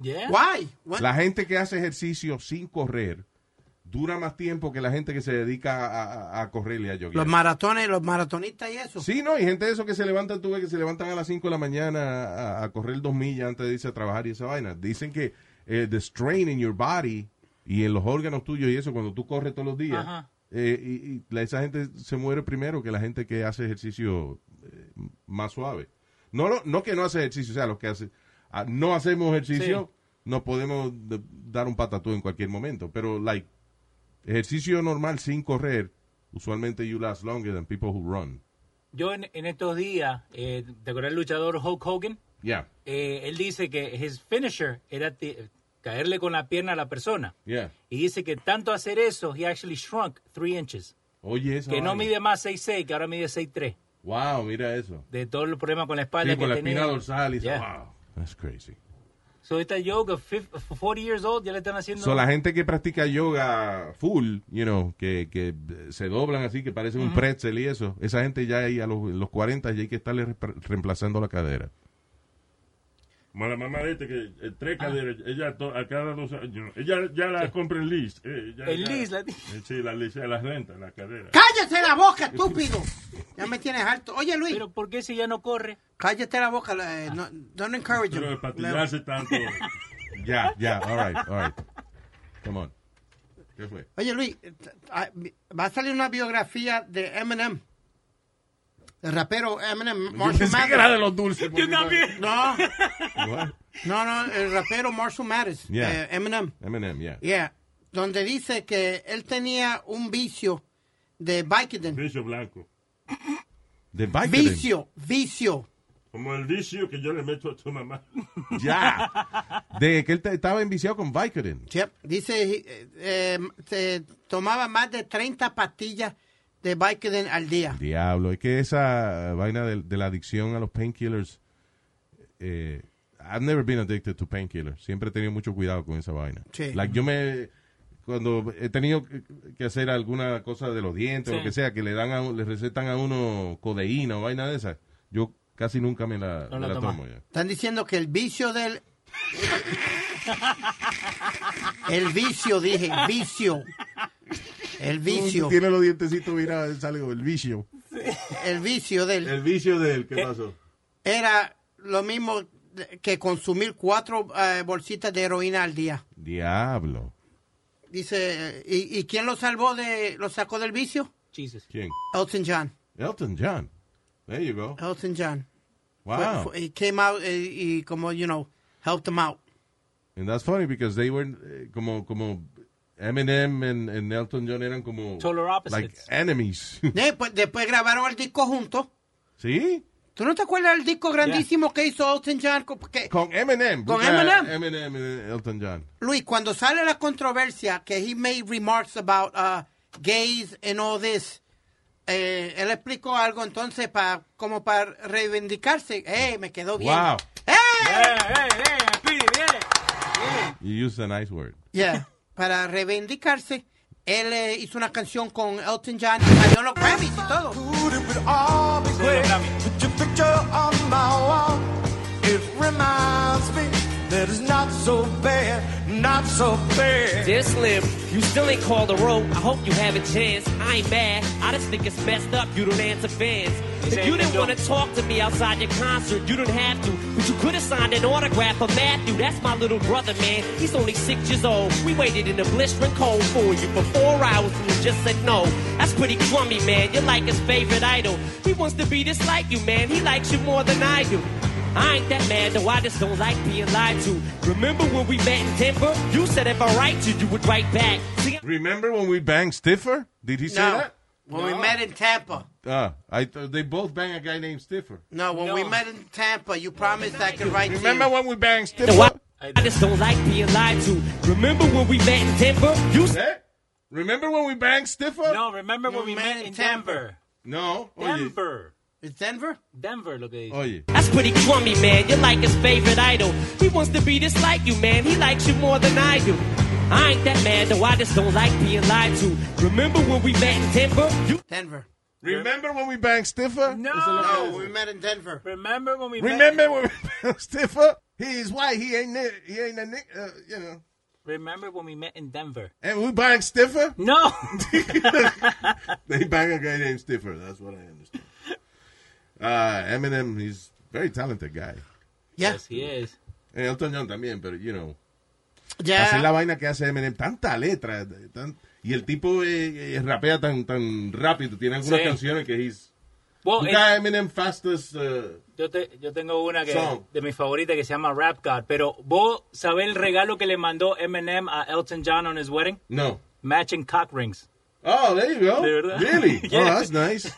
[SPEAKER 9] Yeah.
[SPEAKER 5] Why? What?
[SPEAKER 7] La gente que hace ejercicio sin correr dura más tiempo que la gente que se dedica a, a- a correr y a
[SPEAKER 5] Los
[SPEAKER 7] joguear.
[SPEAKER 5] maratones, los maratonistas y eso.
[SPEAKER 7] Sí, no, hay gente de eso que se levantan, tú ves que se levantan a las 5 de la mañana a, a correr dos millas antes de irse a trabajar y esa vaina. Dicen que eh, the strain in your body y en los órganos tuyos y eso, cuando tú corres todos los días,
[SPEAKER 9] Ajá.
[SPEAKER 7] eh, y, y la- esa gente se muere primero que la gente que hace ejercicio eh, más suave. No, lo- no que no hace ejercicio, o sea, los que hace, ah, no hacemos ejercicio, no podemos de- dar un patatú en cualquier momento, pero like ejercicio normal sin correr, usualmente you last longer than people who run.
[SPEAKER 9] Yo en, en estos días, eh, ¿te acuerdas el luchador Hulk Hogan?
[SPEAKER 7] Yeah.
[SPEAKER 9] Eh, él dice que his finisher era ti- caerle con la pierna a la persona.
[SPEAKER 7] Yeah.
[SPEAKER 9] Y dice que tanto hacer eso, he actually shrunk 3 inches.
[SPEAKER 7] Oye, eso.
[SPEAKER 9] Que no mide más 6'6, que ahora mide 6'3.
[SPEAKER 7] Wow, mira eso.
[SPEAKER 9] De todo el problema con la espalda
[SPEAKER 7] Sí,
[SPEAKER 9] que
[SPEAKER 7] con la
[SPEAKER 9] tenía.
[SPEAKER 7] espina dorsal y eso.
[SPEAKER 9] Yeah.
[SPEAKER 7] Wow. That's crazy.
[SPEAKER 9] So esta yoga, fif- 40 years old, ya le están haciendo...
[SPEAKER 7] So, la gente que practica yoga full, you know, que, que se doblan así, que parece un
[SPEAKER 9] Ujú.
[SPEAKER 7] pretzel y eso, esa gente ya ahí a los, los 40 ya hay que estarle re- reemplazando la cadera.
[SPEAKER 1] Como la mamá de este que eh, tres
[SPEAKER 9] Ah.
[SPEAKER 1] caderas, ella to- a cada dos años, ella ya la compra en list. eh, ya-
[SPEAKER 9] En
[SPEAKER 1] ya-
[SPEAKER 9] lease, la-
[SPEAKER 1] eh, Sí, la list, las renta, la cadera.
[SPEAKER 5] ¡Cállate la boca, estúpido! Ya me tienes harto. Oye, Luis.
[SPEAKER 9] ¿Pero por qué si ya no corre?
[SPEAKER 5] Cállate la boca. eh, no, don't encourage him.
[SPEAKER 1] Pero de patillarse tanto. [LAUGHS]
[SPEAKER 7] Ya, ya, all right, all right. Come on. ¿Qué
[SPEAKER 9] [LAUGHS]
[SPEAKER 7] fue?
[SPEAKER 5] Oye, Luis, eh, ah, va a salir una biografía de Eminem. El rapero Eminem. Marshall
[SPEAKER 7] pensé
[SPEAKER 5] Mathers.
[SPEAKER 7] que era de los dulces, por Yo Dios. también.
[SPEAKER 5] No,
[SPEAKER 7] What?
[SPEAKER 5] no, no, el rapero Marshall Mathers.
[SPEAKER 7] Yeah.
[SPEAKER 5] eh, Eminem.
[SPEAKER 7] Eminem, yeah.
[SPEAKER 5] Yeah. Donde dice que él tenía un vicio de Vicodin.
[SPEAKER 1] Vicio blanco.
[SPEAKER 7] De Vicodin.
[SPEAKER 5] Vicio, vicio.
[SPEAKER 1] Como el vicio que yo le meto a tu mamá.
[SPEAKER 9] [LAUGHS]
[SPEAKER 7] Ya. De que él te- estaba enviciado con Vicodin.
[SPEAKER 5] Yep. Dice, eh, eh, se tomaba más de 30 pastillas de Vicodin al día.
[SPEAKER 7] Diablo, es que esa vaina de, de la adicción a los painkillers. eh, I've never been addicted to painkillers. Siempre he tenido mucho cuidado con esa vaina.
[SPEAKER 5] Sí.
[SPEAKER 7] Like, yo me. Cuando he tenido que- que hacer alguna cosa de los dientes o
[SPEAKER 9] Sí.
[SPEAKER 7] lo que sea, que le dan a, un- le recetan a uno codeína o vaina de esa, yo casi nunca me la,
[SPEAKER 9] No
[SPEAKER 7] me
[SPEAKER 9] la
[SPEAKER 7] la
[SPEAKER 9] tomas.
[SPEAKER 7] tomo ya.
[SPEAKER 5] Están diciendo que el vicio del... El vicio, dije, vicio. El vicio.
[SPEAKER 7] Tiene los dientecitos virados, sale el vicio.
[SPEAKER 5] El vicio del...
[SPEAKER 7] El vicio de él, ¿qué pasó?
[SPEAKER 5] Era lo mismo de- que consumir cuatro eh, bolsitas de heroína al día.
[SPEAKER 7] Diablo.
[SPEAKER 5] Dice, eh, ¿y, y quién lo salvó de... lo sacó del vicio?
[SPEAKER 9] Jesus.
[SPEAKER 7] ¿Quién?
[SPEAKER 5] Elton John.
[SPEAKER 7] Elton John. There you go.
[SPEAKER 5] Elton John.
[SPEAKER 7] Wow.
[SPEAKER 5] Fue- fue- he came out eh, y como, you know, helped him out.
[SPEAKER 7] And that's funny because they were eh, como como Eminem and, and Elton John eran como
[SPEAKER 9] Total
[SPEAKER 7] like
[SPEAKER 9] opposites.
[SPEAKER 7] enemies. [LAUGHS]
[SPEAKER 5] Después, pues, después grabaron el disco juntos.
[SPEAKER 7] ¿Sí?
[SPEAKER 5] ¿Tú no te acuerdas del disco grandísimo que hizo Elton John? Co- que-
[SPEAKER 7] Con Eminem.
[SPEAKER 5] Con
[SPEAKER 7] Busca
[SPEAKER 5] Eminem.
[SPEAKER 7] Eminem and Elton John.
[SPEAKER 5] Luis, cuando sale la controversia que he made remarks about uh, gays and all this, eh, él explicó algo entonces para como para reivindicarse. ¡Eh, me quedó bien!
[SPEAKER 7] Wow.
[SPEAKER 5] ¡Eh!
[SPEAKER 9] ¡Eh, eh, eh! Speedy, bien.
[SPEAKER 7] You used a nice word.
[SPEAKER 5] Yeah, [LAUGHS] para reivindicarse, él eh, hizo una canción con Elton John y salió en los Grammys y todo.
[SPEAKER 11] Put your picture on my wall. It reminds me that it's not so bad, not so
[SPEAKER 7] eh.
[SPEAKER 11] bad.
[SPEAKER 12] Dear Slim, you still ain't called a rope. I hope you have a chance. I ain't mad. I just think it's messed up. You don't answer fans. If you didn't want to talk to me outside your concert, you didn't have to. But you could have signed an autograph for Matthew. That's my little brother, man. He's only six years old. We waited in the blistering cold for you for four hours and you just said no. That's pretty crummy, man. You're like his favorite idol. He wants to be just like you, man. He likes you more than I do. I ain't that mad, though I just don't like being lied to. Remember when we met in Denver? You said if I write you, you would write back. See,
[SPEAKER 7] Remember when we banged Stiffer? Did he say
[SPEAKER 5] No,
[SPEAKER 7] that?
[SPEAKER 5] when we met in Tampa.
[SPEAKER 7] Ah, I th- they both banged a guy named Stiffer.
[SPEAKER 5] No, when we met in Tampa, you promised I could write
[SPEAKER 7] Remember
[SPEAKER 5] to you.
[SPEAKER 7] when we banged
[SPEAKER 12] though I,
[SPEAKER 7] Stiffer?
[SPEAKER 12] I just don't like being lied to. Remember when we met in Denver? You said
[SPEAKER 7] Eh? Remember when we banged Stiffer?
[SPEAKER 9] No, remember when we met in Denver.
[SPEAKER 7] No. Oye. Oh.
[SPEAKER 9] Denver.
[SPEAKER 5] ¿Es Denver?
[SPEAKER 9] Denver, lo que dice.
[SPEAKER 7] Oye.
[SPEAKER 12] that's pretty crummy, man. You're like his favorite idol. He wants to be just like you, man. He likes you more than I do. I ain't that mad, though I just don't like being lied to. Remember when we met in Denver? You
[SPEAKER 5] Denver.
[SPEAKER 7] Remember when we banged Stiffer?
[SPEAKER 9] No.
[SPEAKER 5] No, we met in Denver.
[SPEAKER 9] Remember when we met
[SPEAKER 7] Remember when we banged Stiffer? He's white. He ain't ni- he ain't a ni- uh, you know.
[SPEAKER 9] Remember when we met in Denver.
[SPEAKER 7] And we buying Stiffer?
[SPEAKER 9] No.
[SPEAKER 7] [LAUGHS] They bang a guy named Stiffer. That's what I understand. Uh, Eminem, he's a very talented guy.
[SPEAKER 5] Yeah.
[SPEAKER 9] yes, he is.
[SPEAKER 7] Eh, Elton John también, pero, you know. Hacer la
[SPEAKER 5] Yeah.
[SPEAKER 7] vaina que hace Eminem, tanta letra. tan- y el tipo eh, eh, rapea tan, tan rápido. Tiene algunas
[SPEAKER 9] Sí. Oh,
[SPEAKER 7] canciones que he's...
[SPEAKER 9] Well,
[SPEAKER 7] You
[SPEAKER 9] it's-
[SPEAKER 7] got Eminem fastest... uh,
[SPEAKER 9] eh, Yo, te- yo tengo una que,
[SPEAKER 7] Song.
[SPEAKER 9] de mis favoritas que se llama Rap God, pero vos sabés el regalo que le mandó Eminem a Elton John on his wedding?
[SPEAKER 7] no.
[SPEAKER 9] Matching cock rings.
[SPEAKER 7] Oh, there you go.
[SPEAKER 9] De verdad.
[SPEAKER 7] Really?
[SPEAKER 9] Yeah.
[SPEAKER 7] Oh, that's nice.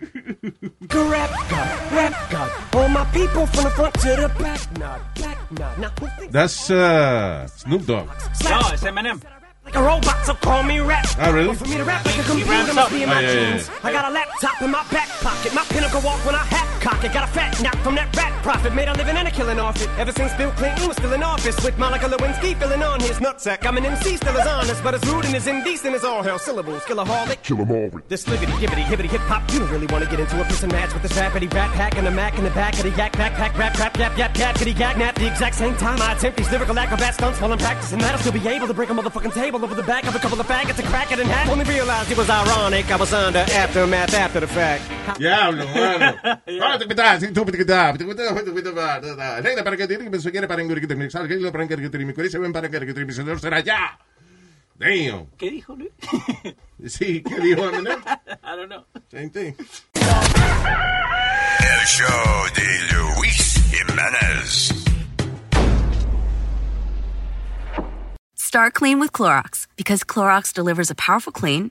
[SPEAKER 12] rap god, rap god. All my people from the front to the back, not back, not. Now who thinks
[SPEAKER 7] That's uh, Snoop Dogg.
[SPEAKER 9] No, es Eminem.
[SPEAKER 12] Like a robot, so call me rap.
[SPEAKER 7] Oh, really?
[SPEAKER 12] But for me to rap like a
[SPEAKER 9] He raps
[SPEAKER 12] computer must
[SPEAKER 9] up.
[SPEAKER 12] be in
[SPEAKER 7] Oh, [LAUGHS]
[SPEAKER 12] my
[SPEAKER 7] yeah, yeah,
[SPEAKER 12] jeans. I got a laptop in my back pocket. My pinnacle walk when I hat
[SPEAKER 1] cock it. Got a fat knock from that rat profit. Made a living and a killing off it. Ever since Bill Clinton was still in office. With Monica Lewinsky filling on his nutsack. I'm an MC still as honest, but as rude and as indecent as all hell. Syllables, kill a harlot.
[SPEAKER 13] Kill 'em all.
[SPEAKER 1] This liggity, gibbity, hibbity, hip hop. You don't really want to get into a piss and match with this rappity rat pack and a mac in the back of the yak backpack rap rap yap yap yap kitty gag nap. The exact same time I attempt these lyrical acrobat stunts while I'm practicing that. I'll still be able to break a motherfucking table over the back of a couple of faggots and crack it in half. Only realized it was ironic. I was under aftermath after the fact.
[SPEAKER 12] [LAUGHS]
[SPEAKER 7] Diablo, mano. Ahora te quitas, tú te quitas, te quitas, te quitas, te quitas. Reina para que te diga, pensó que era para engurir que te mixar, que lo para engurir que te mi cuerpo, se ven para engurir que te mi señor será ya. Damn.
[SPEAKER 9] ¿Qué dijo Luis?
[SPEAKER 7] [LAUGHS] Sí, ¿qué dijo Eminem?
[SPEAKER 9] [LAUGHS] I don't know.
[SPEAKER 7] Same thing.
[SPEAKER 14] El show de Luis Jiménez.
[SPEAKER 15] Start clean with Clorox because Clorox delivers a powerful clean